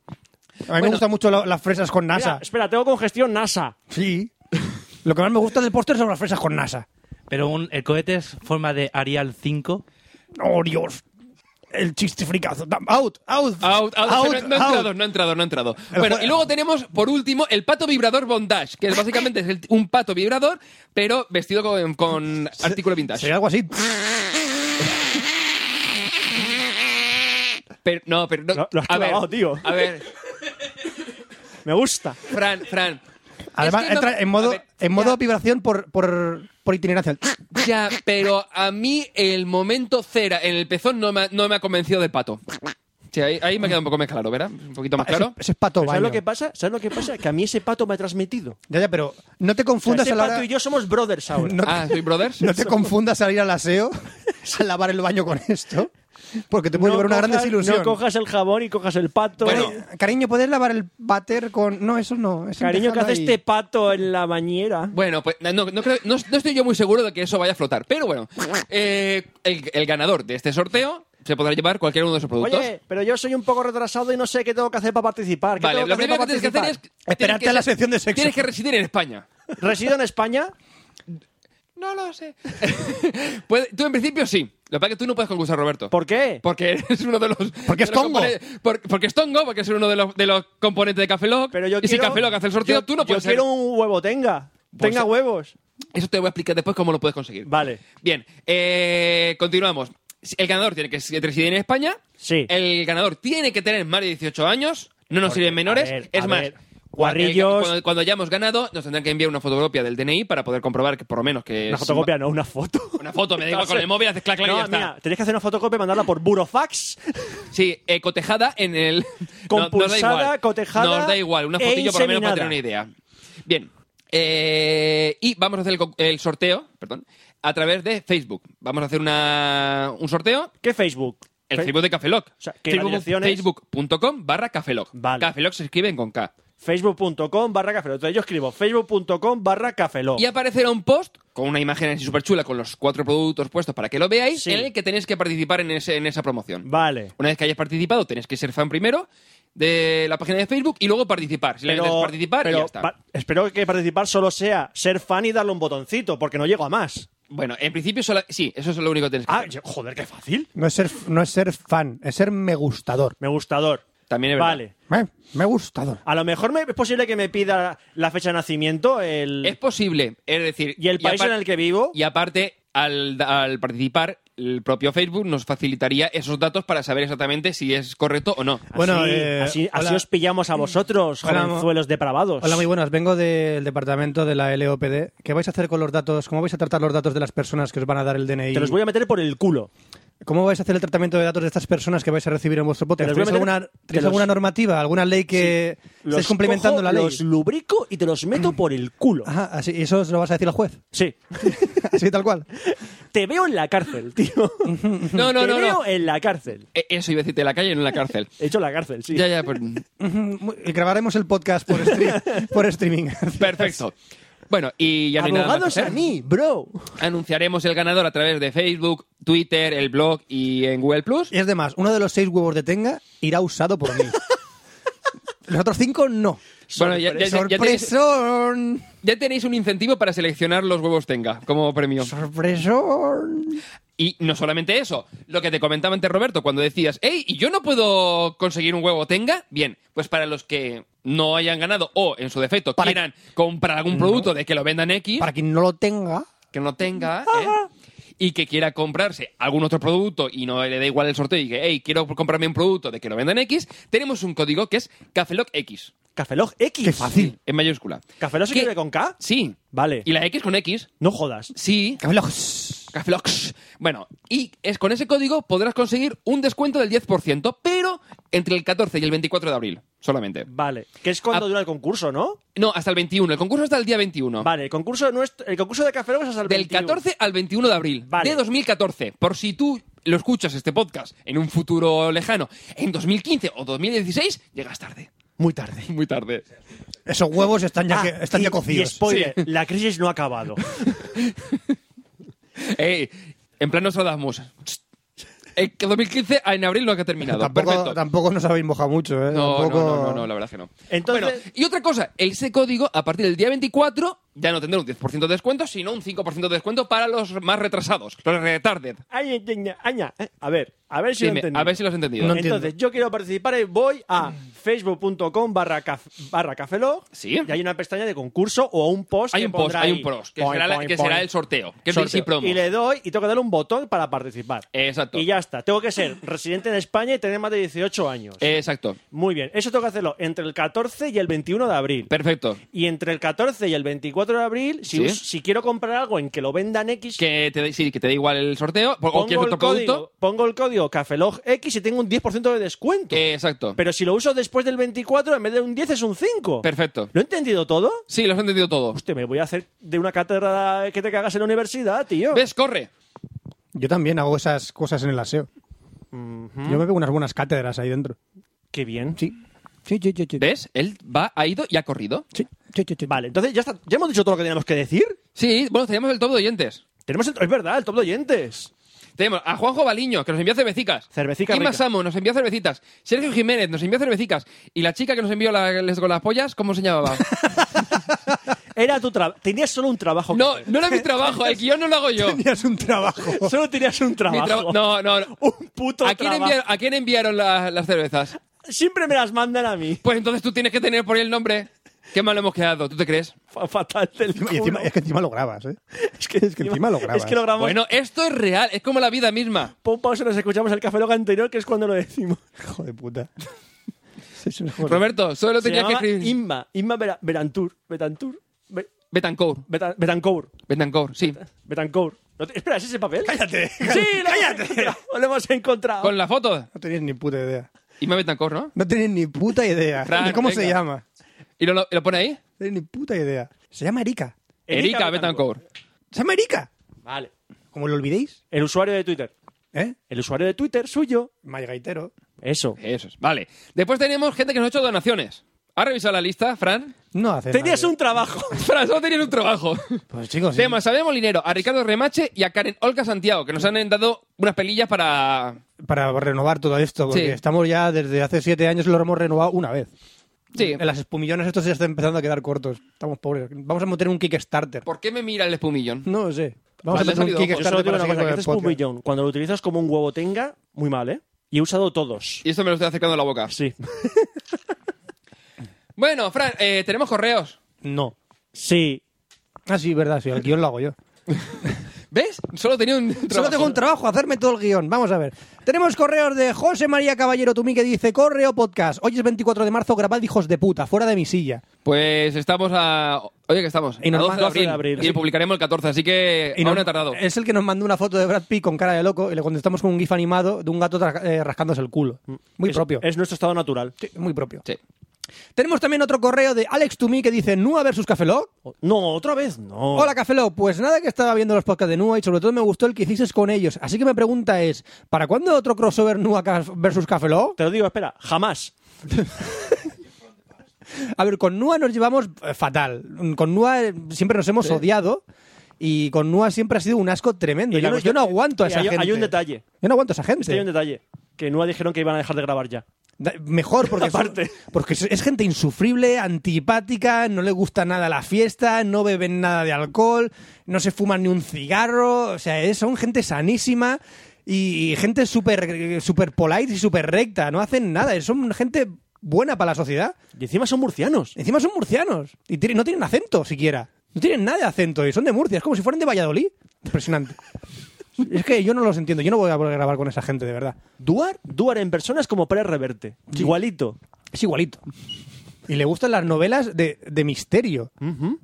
Speaker 3: A mí me gustan mucho lo- las fresas con
Speaker 2: Mira,
Speaker 3: NASA.
Speaker 2: espera, tengo congestión NASA.
Speaker 3: Sí. Lo que más me gusta del póster son las fresas con NASA.
Speaker 6: Pero un, el cohete es forma de Arial 5.
Speaker 3: ¡Oh, Dios! El chiste fricazo. Dam- ¡Out! ¡Out!
Speaker 1: Out, out, no, no ha
Speaker 3: out.
Speaker 1: entrado, no ha entrado, no ha entrado. Bueno,
Speaker 3: jue-
Speaker 1: y luego tenemos, por último, el pato vibrador bondage, que es básicamente es el- un pato vibrador, pero vestido con, con artículo vintage.
Speaker 3: Sería algo así.
Speaker 1: Pero, no, pero no.
Speaker 2: Lo- lo has
Speaker 1: a
Speaker 2: clavado,
Speaker 1: ver,
Speaker 2: tío.
Speaker 1: A ver,
Speaker 2: Me gusta.
Speaker 1: Fran, Fran.
Speaker 3: Además,
Speaker 1: Es que no-
Speaker 3: entra en modo, eh.
Speaker 1: a ver,
Speaker 3: en modo vibración por, por, por itinerancia.
Speaker 1: Ya, pero a mí el momento cera en el pezón no me ha, no me ha convencido del pato. Sí, ahí, ahí me ha quedado un poco más claro, ¿verdad? Un poquito más claro.
Speaker 3: Ese, ese es pato
Speaker 2: ¿Sabes
Speaker 3: baño.
Speaker 2: lo que pasa? ¿Sabes lo que pasa? Que a mí ese pato me ha transmitido.
Speaker 3: Ya, ya, pero no te
Speaker 2: O sea,
Speaker 3: confundas
Speaker 2: ese
Speaker 3: a la
Speaker 2: pato
Speaker 3: hora-
Speaker 2: y yo somos brothers ahora.
Speaker 3: no,
Speaker 1: Ah, ¿soy brothers?
Speaker 3: no te confundas al ir al aseo, <laughs> a lavar el baño con esto, porque te puede
Speaker 2: No
Speaker 3: llevar una gran
Speaker 2: cojas-
Speaker 3: desilusión.
Speaker 2: No cojas el jabón y cojas el pato.
Speaker 1: Bueno,
Speaker 2: Eh,
Speaker 3: Cariño, ¿puedes lavar el váter con...? No, eso no. eso
Speaker 2: Cariño, ¿qué
Speaker 3: déjalo
Speaker 2: hace
Speaker 3: ahí.
Speaker 2: este pato en la bañera?
Speaker 1: Bueno, pues no, no creo- no- no estoy yo muy seguro de que eso vaya a flotar. Pero bueno, eh, el, el ganador de este sorteo se podrá llevar cualquier uno de esos productos.
Speaker 2: Oye, pero yo soy un poco retrasado y no sé qué tengo que hacer para participar. ¿Qué
Speaker 1: vale,
Speaker 2: tengo
Speaker 1: lo
Speaker 2: hacer
Speaker 1: primero que
Speaker 2: para
Speaker 1: tienes que hacer es...
Speaker 2: participar?
Speaker 1: tienes
Speaker 3: Esperarte
Speaker 1: que
Speaker 3: a la
Speaker 1: ser-
Speaker 3: sección de sexo.
Speaker 1: Tienes que residir en España.
Speaker 2: ¿Resido en España?
Speaker 4: No lo sé.
Speaker 1: Puede- tú en principio sí. Lo que pasa es que tú no puedes concursar, Roberto.
Speaker 2: ¿Por qué?
Speaker 1: Porque eres uno de los.
Speaker 3: Porque es
Speaker 1: de los
Speaker 3: tongo.
Speaker 1: compone- por- porque es tongo, porque es uno de los, de los componentes de Café Lock.
Speaker 2: Pero yo
Speaker 1: y si
Speaker 2: quiero-
Speaker 1: Café Lock hace el sorteo,
Speaker 2: yo-
Speaker 1: tú no puedes
Speaker 2: Yo quiero
Speaker 1: ser.
Speaker 2: un huevo, tenga.
Speaker 1: Pues-
Speaker 2: tenga huevos.
Speaker 1: Eso te voy a explicar después cómo lo puedes conseguir.
Speaker 2: Vale.
Speaker 1: Bien, eh, continuamos. El ganador tiene que residir en España.
Speaker 2: Sí.
Speaker 1: El ganador tiene que tener más de 18 años. No nos sirven menores.
Speaker 2: a ver,
Speaker 1: es
Speaker 2: a
Speaker 1: más.
Speaker 2: ver,
Speaker 1: cuando-
Speaker 2: guarrillos.
Speaker 1: Cuando, cuando hayamos ganado, nos tendrán que enviar una fotocopia del DNI para poder comprobar que por lo menos que
Speaker 2: Una
Speaker 1: es-
Speaker 2: fotocopia, no, una foto.
Speaker 1: Una foto, me da igual, con el móvil haces clac, clac y
Speaker 2: <laughs> No,
Speaker 1: ya está.
Speaker 2: mira, tenéis que hacer una fotocopia y mandarla por burofax,
Speaker 1: Sí, eh, cotejada en el. <laughs> No, nos da
Speaker 2: Compulsada,
Speaker 1: igual.
Speaker 2: cotejada
Speaker 1: Nos da igual, una
Speaker 2: e
Speaker 1: fotillo por lo menos para
Speaker 2: inseminada.
Speaker 1: tener una idea. Bien. eh, y vamos a hacer el, co- el sorteo, perdón, a través de Facebook. Vamos a hacer una, un sorteo.
Speaker 2: ¿Qué Facebook?
Speaker 1: El
Speaker 2: Fe-
Speaker 1: Facebook de Cafeloc.
Speaker 2: sea, que la dirección es-
Speaker 1: Facebook.com barra Cafeloc.
Speaker 2: Vale.
Speaker 1: Cafeloc se escriben con K.
Speaker 2: Facebook.com barra cafelo. Entonces yo escribo facebook.com barra cafelo.
Speaker 1: Y aparecerá un post con una imagen así súper chula con los cuatro productos puestos para que lo veáis,
Speaker 2: Sí.
Speaker 1: en el que tenéis que participar en, ese- en esa promoción.
Speaker 2: Vale.
Speaker 1: Una vez que hayas participado, tenéis que ser fan primero de la página de Facebook y luego participar. Si la gente es participar, y
Speaker 2: pero
Speaker 1: ya está.
Speaker 2: pa- espero que participar solo sea ser fan y darle un botoncito, porque no llego a más.
Speaker 1: Bueno, en principio, sola- sí, eso es lo único que tenéis que
Speaker 2: Ah,
Speaker 1: <laughs> hacer.
Speaker 2: yo- joder, qué fácil.
Speaker 3: No es, ser, no es ser fan, es ser me gustador.
Speaker 2: Me gustador.
Speaker 1: También es verdad.
Speaker 2: Vale.
Speaker 3: Eh, Me gustador.
Speaker 2: A lo mejor me- es posible que me pida la fecha de nacimiento el,
Speaker 1: Es posible, es decir...
Speaker 2: y el país
Speaker 1: apar-
Speaker 2: en el que vivo.
Speaker 1: Y aparte, al, al participar, el propio Facebook nos facilitaría esos datos para saber exactamente si es correcto o no.
Speaker 3: Bueno,
Speaker 2: así,
Speaker 3: eh,
Speaker 2: así- así
Speaker 3: hola.
Speaker 2: os pillamos a vosotros,
Speaker 3: Hola,
Speaker 2: jovenzuelos depravados.
Speaker 3: Hola, muy buenas. Vengo del departamento de la LOPD. ¿Qué vais a hacer con los datos? ¿Cómo vais a tratar los datos de las personas que os van a dar el DNI?
Speaker 2: Te los voy a meter por el culo.
Speaker 3: ¿Cómo vais a hacer el tratamiento de datos de estas personas que vais a recibir en vuestro
Speaker 2: Te
Speaker 3: podcast?
Speaker 2: los voy a
Speaker 3: ¿Tenéis
Speaker 2: meter-
Speaker 3: alguna,
Speaker 2: te
Speaker 3: tenéis
Speaker 2: los-
Speaker 3: alguna normativa, alguna ley que estéis complementando
Speaker 2: cojo,
Speaker 3: la ley?
Speaker 2: Los lubrico y te los meto por el culo.
Speaker 3: Ajá, así, ¿y eso os lo vas a decir
Speaker 2: <laughs>
Speaker 3: al juez?
Speaker 2: Sí.
Speaker 3: así tal cual.
Speaker 2: Te veo en
Speaker 1: <laughs>
Speaker 2: la cárcel, tío.
Speaker 1: No, no,
Speaker 2: te
Speaker 1: no,
Speaker 2: veo
Speaker 1: no.
Speaker 2: en la cárcel.
Speaker 1: E- Eso iba a decirte en la calle, no en la cárcel.
Speaker 2: He hecho la cárcel, sí.
Speaker 1: Ya,
Speaker 2: <laughs>
Speaker 1: ya, pues,
Speaker 3: Ujú, y Grabaremos el podcast por, stream- por streaming.
Speaker 1: perfecto. Bueno, y ya no hay nada más que
Speaker 2: Abogados
Speaker 1: hacer.
Speaker 2: a mí, bro.
Speaker 1: Anunciaremos el ganador a través de Facebook, Twitter, el blog y en Google Plus.
Speaker 3: Y es de más, uno de los seis huevos de Tenga irá usado por mí. los otros cinco no.
Speaker 1: Bueno, ya, ya- ya- ya tenéis,
Speaker 3: ¡Sorpresón!
Speaker 1: ya tenéis un incentivo para seleccionar los huevos tenga como premio.
Speaker 3: ¡Sorpresón!
Speaker 1: Y no solamente eso, lo que te comentaba antes Roberto, cuando decías, hey, ¿y yo no puedo conseguir un huevo tenga? Bien, pues para los que no hayan ganado o en su defecto
Speaker 3: Para-
Speaker 1: quieran comprar algún producto de que lo vendan X,
Speaker 3: Para quien no lo tenga,
Speaker 1: que no tenga, ¿eh? y que quiera comprarse algún otro producto y no le da igual el sorteo y que, hey, quiero comprarme un producto de que lo vendan X, tenemos un código que es CafeLockX.
Speaker 2: Cafelog X.
Speaker 3: Qué fácil.
Speaker 1: En mayúscula.
Speaker 2: ¿Cafelog se
Speaker 1: ¿Qué?
Speaker 2: escribe con K?
Speaker 1: Sí.
Speaker 2: Vale.
Speaker 1: ¿Y la X con X?
Speaker 2: No jodas.
Speaker 1: Sí.
Speaker 3: Cafelox.
Speaker 1: Cafelox. Bueno, y es con ese código podrás conseguir un descuento del 10%, pero entre el 14 y el 24 de abril solamente.
Speaker 2: Vale. Que es cuando
Speaker 1: Ah.
Speaker 2: dura el concurso, ¿no?
Speaker 1: No, hasta el 21. El concurso hasta el día 21.
Speaker 2: Vale, el concurso, nuestro, el concurso de Café Lock es hasta el
Speaker 1: Del
Speaker 2: 21.
Speaker 1: 14 al 21 de abril
Speaker 2: Vale.
Speaker 1: de 2014. Por si tú lo escuchas este podcast en un futuro lejano, en 2015 o 2016, llegas tarde.
Speaker 3: Muy tarde.
Speaker 1: <laughs> Muy tarde.
Speaker 3: Esos huevos están
Speaker 2: Ah, y- Y spoiler, la crisis no ha <laughs> acabado.
Speaker 1: Ey, en plan Nostradamus. En 2015 ah, en abril no ha terminado.
Speaker 3: <laughs> Tampoco,
Speaker 1: Perfecto.
Speaker 3: tampoco nos habéis mojado mucho, ¿eh?
Speaker 1: No,
Speaker 3: Tampoco-
Speaker 1: no, no, no, no, la verdad es que no.
Speaker 2: Entonces-
Speaker 1: Bueno, y otra cosa, ese código a partir del día 24 ya no tendrá un 10% de descuento, sino un 5% de descuento para los más retrasados, los retarded.
Speaker 2: Ay, ña, ña, ña. Eh, A ver, a ver si lo
Speaker 1: Dime,
Speaker 2: entendí.
Speaker 1: a ver si lo has entendido.
Speaker 3: No entiendo.
Speaker 2: Entonces, yo quiero participar y voy a facebook.com barra, caf- barra cafelog.
Speaker 1: Sí.
Speaker 2: Y hay una pestaña de concurso o un post.
Speaker 1: hay
Speaker 2: que
Speaker 1: un post,
Speaker 2: pondrá
Speaker 1: hay
Speaker 2: ahí.
Speaker 1: un post, que,
Speaker 2: Point,
Speaker 1: será, la-
Speaker 2: point,
Speaker 1: que será
Speaker 2: point.
Speaker 1: el sorteo, que es
Speaker 2: Sorteo.
Speaker 1: DC Promo.
Speaker 2: Y le doy y tengo que darle un botón para participar.
Speaker 1: Exacto.
Speaker 2: Y ya está. Tengo que ser residente en España y tener más de 18 años.
Speaker 1: Eh. Exacto,
Speaker 2: Muy bien. Eso tengo que hacerlo entre el 14 y el 21 de abril.
Speaker 1: perfecto.
Speaker 2: Y entre el 14 y el 24 de abril, si,
Speaker 1: Sí.
Speaker 2: us- si quiero comprar algo en que lo vendan X,
Speaker 1: Que te, dé- sí, que te dé igual el sorteo, o- o
Speaker 2: pongo,
Speaker 1: quieres
Speaker 2: el
Speaker 1: otro
Speaker 2: código,
Speaker 1: producto.
Speaker 2: pongo el código Cafelog X y tengo un 10% de descuento.
Speaker 1: Eh, Exacto,
Speaker 2: Pero si lo uso después del 24, en vez de un 10 es un 5.
Speaker 1: perfecto.
Speaker 2: ¿Lo he entendido todo?
Speaker 1: Sí, lo has entendido todo.
Speaker 2: Hostia, me voy a hacer de una cátedra que te cagas en la universidad, tío.
Speaker 1: ¿Ves? Corre.
Speaker 3: Yo también hago esas cosas en el aseo. Yo me veo unas buenas cátedras ahí dentro.
Speaker 2: Qué bien.
Speaker 3: Sí. Sí, sí, sí, sí.
Speaker 1: ¿Ves? Él va, ha ido y ha corrido.
Speaker 3: Sí, sí, sí, sí.
Speaker 2: Vale, entonces ya está. ¿Ya hemos dicho todo lo que teníamos que decir?
Speaker 1: Sí, bueno, tenemos el top de oyentes.
Speaker 2: Tenemos el- es verdad, el top de oyentes.
Speaker 1: Tenemos a Juanjo Baliño, que nos envía cervecicas.
Speaker 2: Cervecica
Speaker 1: Ima
Speaker 2: rica.
Speaker 1: Samo nos envía cervecitas. Sergio Jiménez nos envía cervecicas. Y la chica que nos envió la- les- con las pollas, ¿cómo se
Speaker 2: <laughs>
Speaker 1: llamaba?
Speaker 2: Era tu trabajo. Tenías solo un trabajo. que
Speaker 1: no,
Speaker 2: hacer.
Speaker 1: no era mi trabajo, el guión no lo hago yo.
Speaker 3: Tenías un trabajo.
Speaker 2: Solo tenías un
Speaker 1: Mi
Speaker 2: trabajo.
Speaker 1: traba- no, no, no.
Speaker 2: <laughs> Un puto
Speaker 1: ¿A quién,
Speaker 2: trabajo.
Speaker 1: enviar- ¿A quién enviaron la- las cervezas?
Speaker 2: Siempre me las mandan a mí.
Speaker 1: Pues entonces tú tienes que tener por ahí el nombre. Qué mal hemos quedado, ¿tú te crees?
Speaker 2: Fa- Fatal del
Speaker 3: <laughs> Y encima-
Speaker 2: culo.
Speaker 3: es que encima lo grabas, ¿eh?
Speaker 2: <laughs> Es que,
Speaker 3: es que encima lo grabas.
Speaker 2: Es que lo grabamos.
Speaker 1: Bueno, esto es real, es como la vida misma.
Speaker 2: Pon pausa, nos escuchamos el café Lock anterior, que es cuando lo decimos.
Speaker 3: Hijo
Speaker 2: <laughs>
Speaker 3: de puta. Es un joder.
Speaker 1: Roberto, solo
Speaker 2: Se
Speaker 1: tenías que
Speaker 2: llamaba
Speaker 1: escribir.
Speaker 2: Inma, Inma Bera- Berantur, Betantur, Be-
Speaker 1: Betancourt.
Speaker 2: Beta- Betancourt,
Speaker 1: Betancourt, sí.
Speaker 3: Ah.
Speaker 2: Betancourt. No te- espera, ¿es ese papel?
Speaker 3: Cállate.
Speaker 2: <laughs> Sí, lo cállate. Lo hemos encontrado.
Speaker 1: Con la foto.
Speaker 3: No tenías ni puta idea.
Speaker 1: Ima Betancourt, ¿no?
Speaker 3: No tenías ni puta idea
Speaker 1: Fran,
Speaker 3: de cómo
Speaker 1: venga.
Speaker 3: se llama.
Speaker 1: ¿Y lo, lo- lo pone ahí?
Speaker 3: No tenías ni puta idea. Se llama Erika.
Speaker 2: Erika
Speaker 1: Erika
Speaker 2: Betancourt.
Speaker 1: Betancourt.
Speaker 3: Se llama Erika.
Speaker 2: Vale.
Speaker 3: Como lo olvidéis,
Speaker 2: El usuario de Twitter.
Speaker 3: ¿eh?
Speaker 2: El usuario de Twitter suyo.
Speaker 3: Maygaitero.
Speaker 2: Eso.
Speaker 3: Eh,
Speaker 1: Eso es. Vale. Después tenemos gente que nos ha hecho donaciones. ¿Has revisado la lista, Fran? <laughs>
Speaker 3: No hace
Speaker 2: Tenías
Speaker 3: nadie.
Speaker 2: un
Speaker 3: <laughs>
Speaker 2: trabajo.
Speaker 1: Fran, solo tenías un trabajo.
Speaker 3: Pues chicos, <laughs> sí.
Speaker 1: Tenemos a Isabel Molinero, a Ricardo Remache y a Karen Olga Santiago, que nos han dado unas pelillas para...
Speaker 3: para renovar todo esto, porque
Speaker 1: Sí.
Speaker 3: estamos ya desde hace siete años lo hemos renovado una vez.
Speaker 1: Sí.
Speaker 3: En las espumillones estos ya están empezando a quedar cortos. Estamos pobres. Vamos a meter un Kickstarter.
Speaker 1: ¿Por qué me mira el espumillón?
Speaker 3: No lo sé. Vamos
Speaker 1: Vale,
Speaker 3: a meter
Speaker 1: sonido,
Speaker 3: un
Speaker 1: ojo.
Speaker 2: Yo solo
Speaker 3: Kickstarter
Speaker 2: digo
Speaker 3: para
Speaker 2: una
Speaker 3: seguir
Speaker 2: cosa,
Speaker 3: con
Speaker 2: que
Speaker 3: el
Speaker 2: este es un
Speaker 3: podcast.
Speaker 2: millón. Cuando lo utilizas como un huevo tenga, muy mal, ¿eh? Y he usado todos.
Speaker 1: Y esto me lo estoy acercando a la boca.
Speaker 2: Sí.
Speaker 1: Bueno, Fran, eh, tenemos correos.
Speaker 3: No.
Speaker 2: Sí.
Speaker 3: Ah, sí, verdad, sí. El guión lo
Speaker 2: <laughs>
Speaker 3: hago yo.
Speaker 1: ¿Ves? Solo tenía un
Speaker 3: Solo
Speaker 1: trabajo.
Speaker 3: tengo un trabajo, hacerme todo el guión. Vamos a ver. Tenemos correos de José María Caballero Tumí que dice, correo podcast. Hoy es 24 de marzo, grabad hijos de puta, fuera de mi silla.
Speaker 1: Pues estamos a... Oye, que estamos.
Speaker 3: Y
Speaker 1: a
Speaker 3: nos
Speaker 1: 12 de
Speaker 3: manda-
Speaker 1: abril.
Speaker 2: 12 de abril,
Speaker 1: Y
Speaker 2: sí.
Speaker 1: publicaremos el 14, así que
Speaker 3: no-
Speaker 1: aún ha tardado.
Speaker 3: Es el que nos mandó una foto de Brad Pitt con cara de loco y le contestamos con un gif animado de un gato tra- eh, rascándose el culo. Muy
Speaker 2: Mm. Es-
Speaker 3: propio.
Speaker 2: Es nuestro estado natural.
Speaker 3: Sí, muy propio.
Speaker 1: Sí.
Speaker 3: Tenemos también otro correo de Alex Tumí que dice Nua versus Cafelog.
Speaker 2: No, otra vez no.
Speaker 3: Hola Cafelog, pues nada que estaba viendo los podcasts de Nua y sobre todo me gustó el que hicisteis con ellos. Así que mi pregunta es, ¿para cuándo otro crossover Nua ca- versus Cafelog?
Speaker 2: Te lo digo, espera, jamás.
Speaker 3: A ver, con Nua nos llevamos eh, fatal. Con Nua eh, siempre nos hemos odiado y con Nua siempre ha sido un asco tremendo.
Speaker 2: Y la
Speaker 3: Yo no,
Speaker 2: cuestión-
Speaker 3: yo no aguanto a
Speaker 2: y
Speaker 3: esa
Speaker 2: hay-
Speaker 3: gente.
Speaker 2: hay un detalle.
Speaker 3: Yo no aguanto a esa
Speaker 2: Es que Este hay un
Speaker 3: gente.
Speaker 2: detalle. Que no dijeron que iban a dejar de grabar ya.
Speaker 3: Da- Mejor porque, son-
Speaker 2: Aparte.
Speaker 3: porque es- es gente insufrible, antipática, no le gusta nada la fiesta, no beben nada de alcohol, no se fuman ni un cigarro. O sea, es- son gente sanísima y, y gente súper eh, súper polite y súper recta. No hacen nada. Son gente buena para la sociedad.
Speaker 2: Y encima son murcianos.
Speaker 3: Encima son murcianos. Y tienen- no tienen acento siquiera. No tienen nada de acento. Y son de Murcia. Es como si fueran de Valladolid. Impresionante. es que yo no los entiendo. Yo no voy a volver a grabar con esa gente, de verdad.
Speaker 2: Duar, Duar en personas como para reverte. Igualito.
Speaker 3: Es igualito. Y le gustan las novelas de, de misterio.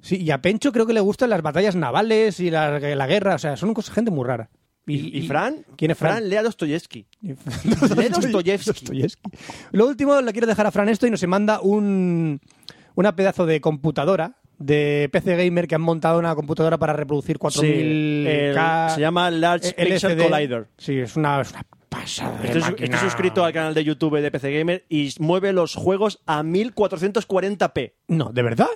Speaker 3: Sí, y a Pencho creo que le gustan las batallas navales y la, la guerra. O sea, son cosas, gente muy rara.
Speaker 2: ¿Y, y Fran?
Speaker 3: ¿Quién es Fran?
Speaker 2: Fran, lea
Speaker 3: <laughs>
Speaker 2: Dostoyevsky. Lea Dostoyevsky.
Speaker 3: Dostoyevsky. Lo último, le quiero dejar a Fran esto y nos manda un, una pedazo de computadora de PC Gamer que han montado una computadora para reproducir 4000K.
Speaker 2: El- se llama Large Pixel
Speaker 3: LCD.
Speaker 2: Collider. Este
Speaker 3: Sí, es una, es una pasada. de
Speaker 2: Estoy,
Speaker 3: máquina.
Speaker 2: estoy suscrito al canal de YouTube de PC Gamer y mueve los juegos a 1440p.
Speaker 3: No, ¿de verdad?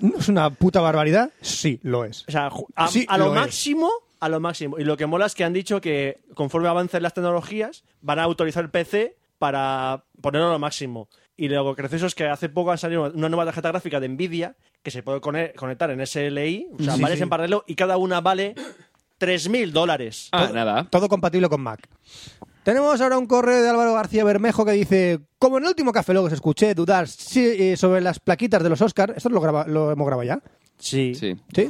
Speaker 3: ¿No es una puta barbaridad? Sí, lo es.
Speaker 2: O sea, ju- a,
Speaker 3: Sí,
Speaker 2: a lo,
Speaker 3: lo es.
Speaker 2: máximo, a lo máximo. Y lo que mola es que han dicho que conforme avancen las tecnologías, van a autorizar el PC para ponerlo a lo máximo. Y lo gracioso es que hace poco han salido una nueva tarjeta gráfica de Nvidia que se puede cone- conectar en SLI, o sea,
Speaker 3: Sí,
Speaker 2: vales
Speaker 3: sí.
Speaker 2: en paralelo y cada una vale 3.000 dólares.
Speaker 1: Ah, nada.
Speaker 3: Todo compatible con Mac. Tenemos ahora un correo de Álvaro García Bermejo que dice: Como en el último café luego os escuché dudar sí, eh, sobre las plaquitas de los Oscars. Esto lo, graba- lo hemos grabado ya.
Speaker 2: Sí.
Speaker 1: Sí.
Speaker 3: <laughs>
Speaker 1: <laughs>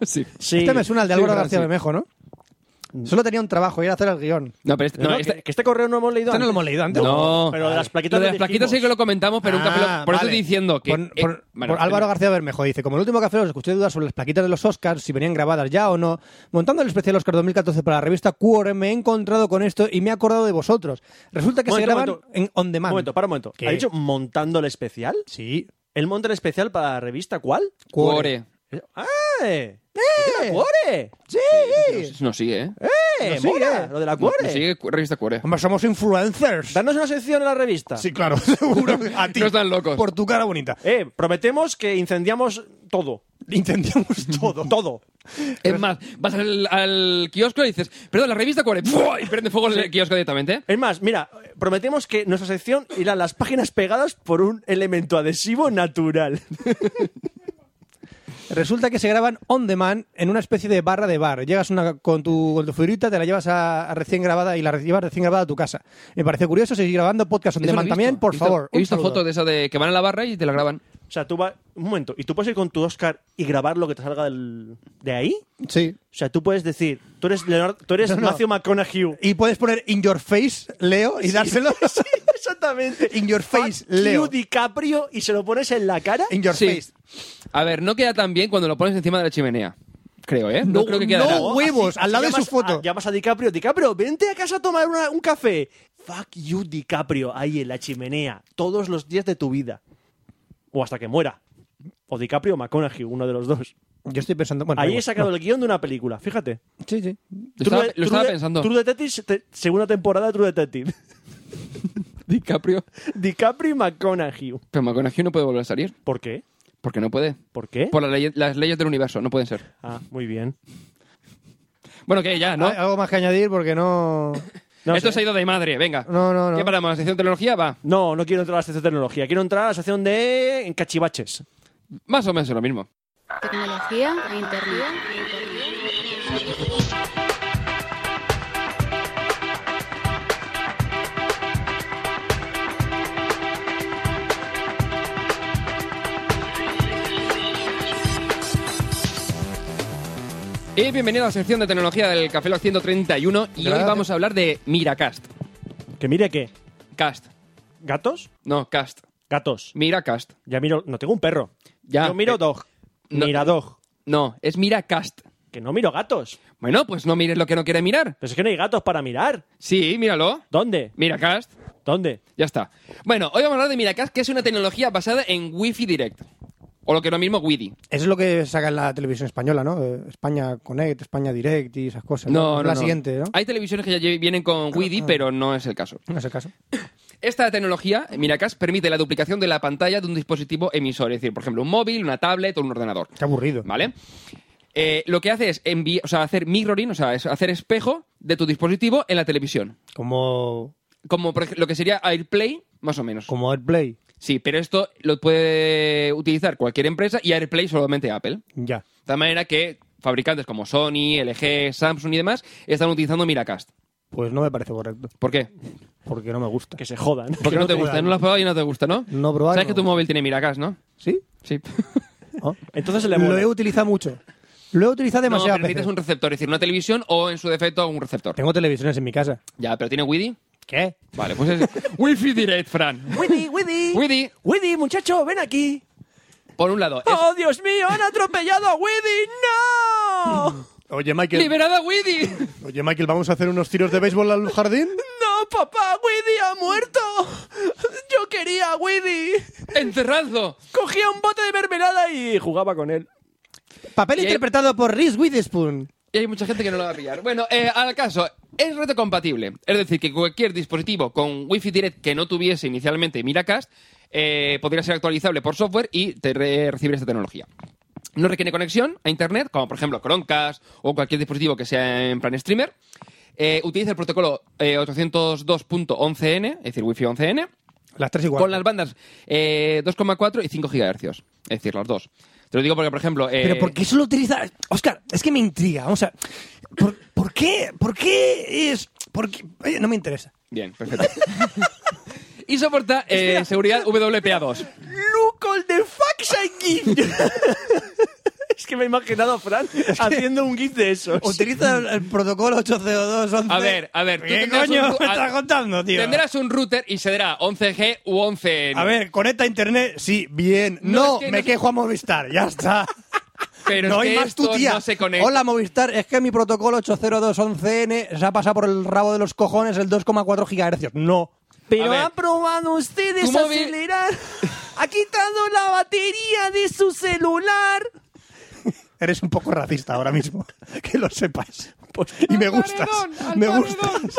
Speaker 3: ¿Sí?
Speaker 1: sí.
Speaker 2: Sí.
Speaker 3: Este me suena al de
Speaker 1: Sí,
Speaker 3: Álvaro
Speaker 1: verdad,
Speaker 3: García
Speaker 1: sí. Mm.
Speaker 3: Bermejo, ¿no? Solo tenía un trabajo, era hacer el guión.
Speaker 1: No, pero este,
Speaker 2: No,
Speaker 1: no,
Speaker 2: no,
Speaker 1: este-
Speaker 2: que, que este correo no hemos leído.
Speaker 3: Este no lo
Speaker 2: antes.
Speaker 3: hemos leído antes.
Speaker 1: no.
Speaker 2: pero de las plaquitas
Speaker 1: Lo de
Speaker 2: lo
Speaker 1: las plaquitas
Speaker 2: dijimos.
Speaker 1: sí que lo comentamos, pero un café
Speaker 3: Ah,
Speaker 1: Lock- Por eso
Speaker 3: vale.
Speaker 1: estoy diciendo que.
Speaker 3: Por,
Speaker 1: eh,
Speaker 3: por-
Speaker 1: bueno,
Speaker 3: por Álvaro García Bermejo dice: Como el último café, os escuché dudar sobre las plaquitas de los Oscars, si venían grabadas ya o no. Montando el especial Oscar 2014 para la revista Quore, me he encontrado con esto y me he acordado de vosotros. Resulta que
Speaker 2: Momento,
Speaker 3: se graban
Speaker 2: momento.
Speaker 3: en on
Speaker 2: Un
Speaker 3: demand.
Speaker 2: momento, para un momento.
Speaker 3: ¿Qué?
Speaker 2: ¿Ha dicho montando el especial?
Speaker 3: Sí,
Speaker 2: ¿El monta el especial para la revista cuál?
Speaker 1: Cuore.
Speaker 2: ¡Ah! ¡Eh! ¡De la Cuore! ¡Sí!
Speaker 1: No sigue, ¿eh?
Speaker 2: ¡Eh!
Speaker 3: sigue.
Speaker 2: mola, ¡Lo de la
Speaker 1: No
Speaker 2: Cuore!
Speaker 1: sigue cu- revista Cuore.
Speaker 3: Hombre, somos influencers.
Speaker 2: ¡Danos una sección en la revista!
Speaker 3: Sí, claro, <laughs> seguro. A ti.
Speaker 1: No están locos.
Speaker 3: Por tu cara bonita.
Speaker 2: ¡Eh! Prometemos que incendiamos todo.
Speaker 3: Incendiamos Pues todo.
Speaker 2: <laughs> Todo.
Speaker 1: Es más, vas al, al kiosco y dices, perdón, la revista Cuore. ¡Buah! Y prende fuego el kiosco directamente. ¿eh?
Speaker 2: Es más, mira, prometemos que nuestra sección irá a las páginas pegadas por un elemento adhesivo natural. <laughs>
Speaker 3: Resulta que se graban on demand en una especie de barra de bar. Llegas una, con tu, con tu figurita, te la llevas a, a recién grabada y la re- llevas recién grabada a tu casa. Me pareció curioso seguir grabando podcast on
Speaker 1: Eso lo he
Speaker 3: demand
Speaker 1: visto.
Speaker 3: también, por
Speaker 1: He visto-
Speaker 3: favor.
Speaker 1: He
Speaker 3: Un
Speaker 1: visto
Speaker 3: saludo.
Speaker 1: fotos de esa de que van a la barra y te la graban.
Speaker 2: O sea, tú vas... Un momento. ¿Y tú puedes ir con tu Oscar y grabar lo que te salga del... de ahí?
Speaker 3: Sí.
Speaker 2: O sea, tú puedes decir... Tú eres, Leonardo, tú eres
Speaker 3: No, no.
Speaker 2: Matthew
Speaker 3: <laughs>
Speaker 2: McConaughey.
Speaker 3: Y puedes poner in your face, Leo, y <laughs> dárselo.
Speaker 2: Sí, exactamente.
Speaker 3: In your face,
Speaker 2: Fuck you,
Speaker 3: Leo.
Speaker 2: DiCaprio y se lo pones en la cara.
Speaker 3: in your
Speaker 1: Sí.
Speaker 3: face.
Speaker 1: A ver, no queda tan bien cuando lo pones encima de la chimenea. Creo, ¿eh? No, creo que quede
Speaker 3: no,
Speaker 1: tan-
Speaker 3: güey. huevos, al lado de su
Speaker 2: llamas
Speaker 3: foto.
Speaker 2: a- llamas a DiCaprio, DiCaprio, vente a casa a tomar una- un café. Fuck you, DiCaprio, ahí en la chimenea, todos los días de tu vida. O hasta que muera. O DiCaprio o McConaughey, uno de los dos.
Speaker 3: Yo estoy pensando. Bueno,
Speaker 2: ahí
Speaker 3: da
Speaker 2: he
Speaker 3: igual.
Speaker 2: sacado el guión de una película, fíjate.
Speaker 3: No. Sí, sí.
Speaker 1: Lo estaba,
Speaker 2: True de-
Speaker 1: lo estaba
Speaker 2: True de-
Speaker 1: pensando.
Speaker 2: True Detective, te- segunda temporada de True Detective. <laughs>
Speaker 1: DiCaprio.
Speaker 2: DiCaprio y McConaughey.
Speaker 1: Pero McConaughey no puede volver a salir.
Speaker 2: ¿Por qué?
Speaker 1: Porque no puede.
Speaker 2: ¿Por qué?
Speaker 3: ¿Eh?
Speaker 1: Por la ley- las leyes del universo, no pueden ser.
Speaker 2: Ah, muy bien.
Speaker 1: Bueno, que ya, ¿no?
Speaker 3: Hay Algo más que añadir porque Ah, no.
Speaker 2: No
Speaker 1: Esto
Speaker 2: sé.
Speaker 1: se ha ido de madre, venga.
Speaker 3: No, no, no.
Speaker 1: ¿Qué paramos? ¿La sección de tecnología? Va.
Speaker 2: No, no quiero entrar a la sección de tecnología. Quiero entrar a la sección de en cachivaches.
Speaker 1: Más o menos es lo mismo.
Speaker 5: Tecnología e internet.
Speaker 1: Y bienvenido a la sección de tecnología del Café Lock 131. Y hoy
Speaker 3: Gracias.
Speaker 1: vamos a hablar de Miracast.
Speaker 2: Que mire qué.
Speaker 1: Cast.
Speaker 2: ¿Gatos?
Speaker 1: No, Cast.
Speaker 2: Gatos.
Speaker 1: Miracast.
Speaker 2: Ya miro. No tengo un perro.
Speaker 1: Ya.
Speaker 2: Yo miro
Speaker 1: Eh,
Speaker 2: dog.
Speaker 1: no.
Speaker 2: Mira dog.
Speaker 1: No, es Miracast.
Speaker 2: Que no miro gatos.
Speaker 1: Bueno, pues no mires lo que no quieres mirar.
Speaker 2: Pero es que no hay gatos para mirar.
Speaker 1: Sí, míralo.
Speaker 2: ¿Dónde?
Speaker 1: Miracast.
Speaker 2: ¿Dónde?
Speaker 1: Ya está. Bueno, hoy vamos a hablar de Miracast, que es una tecnología basada en Wi-Fi Direct. O lo que es lo mismo, Widi.
Speaker 3: Eso es lo que saca en la televisión española, ¿no? Eh, España Connect, España Direct y esas cosas.
Speaker 1: No, no,
Speaker 3: Es pues La
Speaker 1: no.
Speaker 3: siguiente, ¿no? Ah,
Speaker 1: Hay televisiones que ya lle- vienen con Widi, pero no es el caso.
Speaker 3: No es el caso.
Speaker 1: Esta tecnología, Miracast, permite la duplicación de la pantalla de un dispositivo emisor, es decir, por ejemplo, un móvil, una tablet o un ordenador.
Speaker 3: Qué aburrido.
Speaker 1: ¿Vale? Eh, lo que hace es envi- o sea, hacer mirroring, o sea, es hacer espejo de tu dispositivo en la televisión.
Speaker 3: Como,
Speaker 1: Como por ej- lo que sería AirPlay, más o menos.
Speaker 3: como AirPlay.
Speaker 1: Sí, pero esto lo puede utilizar cualquier empresa y AirPlay solamente Apple. De
Speaker 3: Ya.
Speaker 1: tal manera que fabricantes como Sony, LG, Samsung y demás están utilizando Miracast.
Speaker 3: Pues no me parece correcto.
Speaker 1: ¿Por qué?
Speaker 3: Porque no me gusta.
Speaker 2: Que se jodan.
Speaker 1: Porque no te gusta,
Speaker 3: gusta.
Speaker 1: no lo has probado y no te gusta, ¿no?
Speaker 3: No probarlo.
Speaker 1: Sabes que tu móvil tiene Miracast, ¿no?
Speaker 3: ¿Sí?
Speaker 1: Sí.
Speaker 3: Ah.
Speaker 2: <laughs> Entonces le
Speaker 3: Lo he
Speaker 2: mola.
Speaker 3: utilizado mucho. Lo he utilizado
Speaker 1: No,
Speaker 3: demasiado. Eh.
Speaker 1: pero necesitas un receptor, es decir, una televisión o en su defecto un receptor.
Speaker 3: Tengo televisiones en mi casa.
Speaker 1: Ya, pero tiene Widi.
Speaker 3: ¿Qué?
Speaker 1: Vale, pues es Wi-Fi Direct, Fran.
Speaker 2: Widdy,
Speaker 1: <laughs>
Speaker 2: Widdy.
Speaker 1: Widdy,
Speaker 2: Widdy, muchacho, ven aquí.
Speaker 1: por un lado, es
Speaker 2: ¡Oh, Dios mío! ¡Han atropellado a
Speaker 1: <laughs>
Speaker 2: Widdy! ¡No!
Speaker 9: Oye, Michael.
Speaker 1: liberada Widdy.
Speaker 9: Oye, Michael, ¿vamos a hacer unos tiros de béisbol al jardín?
Speaker 2: ¡No, papá! ¡Widdy ha muerto! ¡Yo quería a Widdy!
Speaker 1: <laughs> Encerradlo.
Speaker 2: Cogía un bote de mermelada y jugaba con él.
Speaker 3: Papel
Speaker 1: Y-
Speaker 3: interpretado por Reese Witherspoon.
Speaker 1: Y hay mucha gente que no lo va a pillar. Bueno, eh, al caso, es reto compatible. Es decir, que cualquier dispositivo con Wi-Fi Direct que no tuviese inicialmente Miracast eh, podría ser actualizable por software y te re- recibir esta tecnología. No requiere conexión a Internet, como por ejemplo Chromecast o cualquier dispositivo que sea en plan streamer. Eh, utiliza el protocolo eh, 802.11n, es decir, Wi-Fi 11n,
Speaker 3: Las tres igual.
Speaker 1: con las bandas eh, 2,4 y 5 GHz, es decir, las dos. Te lo digo porque, por ejemplo... eh,
Speaker 3: Pero ¿por qué solo utiliza...? Oscar, es que me intriga. Vamos a... ¿Por, por qué? ¿Por qué es...? por qué- eh, No me interesa.
Speaker 1: Bien, perfecto. <laughs> y soporta eh, seguridad WPA2.
Speaker 2: Look all the fucks I give. es que me he imaginado a Fran haciendo un gif de esos.
Speaker 3: <laughs> Utiliza el, el protocolo 802.11.
Speaker 1: A ver, a ver. tú
Speaker 3: ¿Qué
Speaker 1: tendrás
Speaker 3: coño
Speaker 1: un-
Speaker 3: me
Speaker 1: a-
Speaker 3: estás contando, <laughs> tío?
Speaker 1: Tendrás un router y será 11G u 11N.
Speaker 3: A ver, conecta a internet. Sí, bien.
Speaker 1: No,
Speaker 3: No,
Speaker 1: es que
Speaker 3: me
Speaker 1: no-
Speaker 3: quejo a Movistar. Ya está.
Speaker 1: pero
Speaker 3: no
Speaker 1: es
Speaker 3: hay
Speaker 1: que
Speaker 3: más tu
Speaker 1: esto
Speaker 3: tía.
Speaker 1: no se conecta.
Speaker 3: Hola Movistar, es que mi protocolo 802.11n se ha pasado por el rabo de los cojones el 2,4 gigahercios. No.
Speaker 1: A
Speaker 2: Pero
Speaker 1: ver.
Speaker 2: ha probado usted
Speaker 1: Tu móvil-
Speaker 2: desacelerar. Ha quitado la batería de su celular.
Speaker 9: Eres un poco racista ahora mismo. <laughs> Que lo sepas. Pues, y me gustas.
Speaker 4: paredón, al
Speaker 9: me gustas.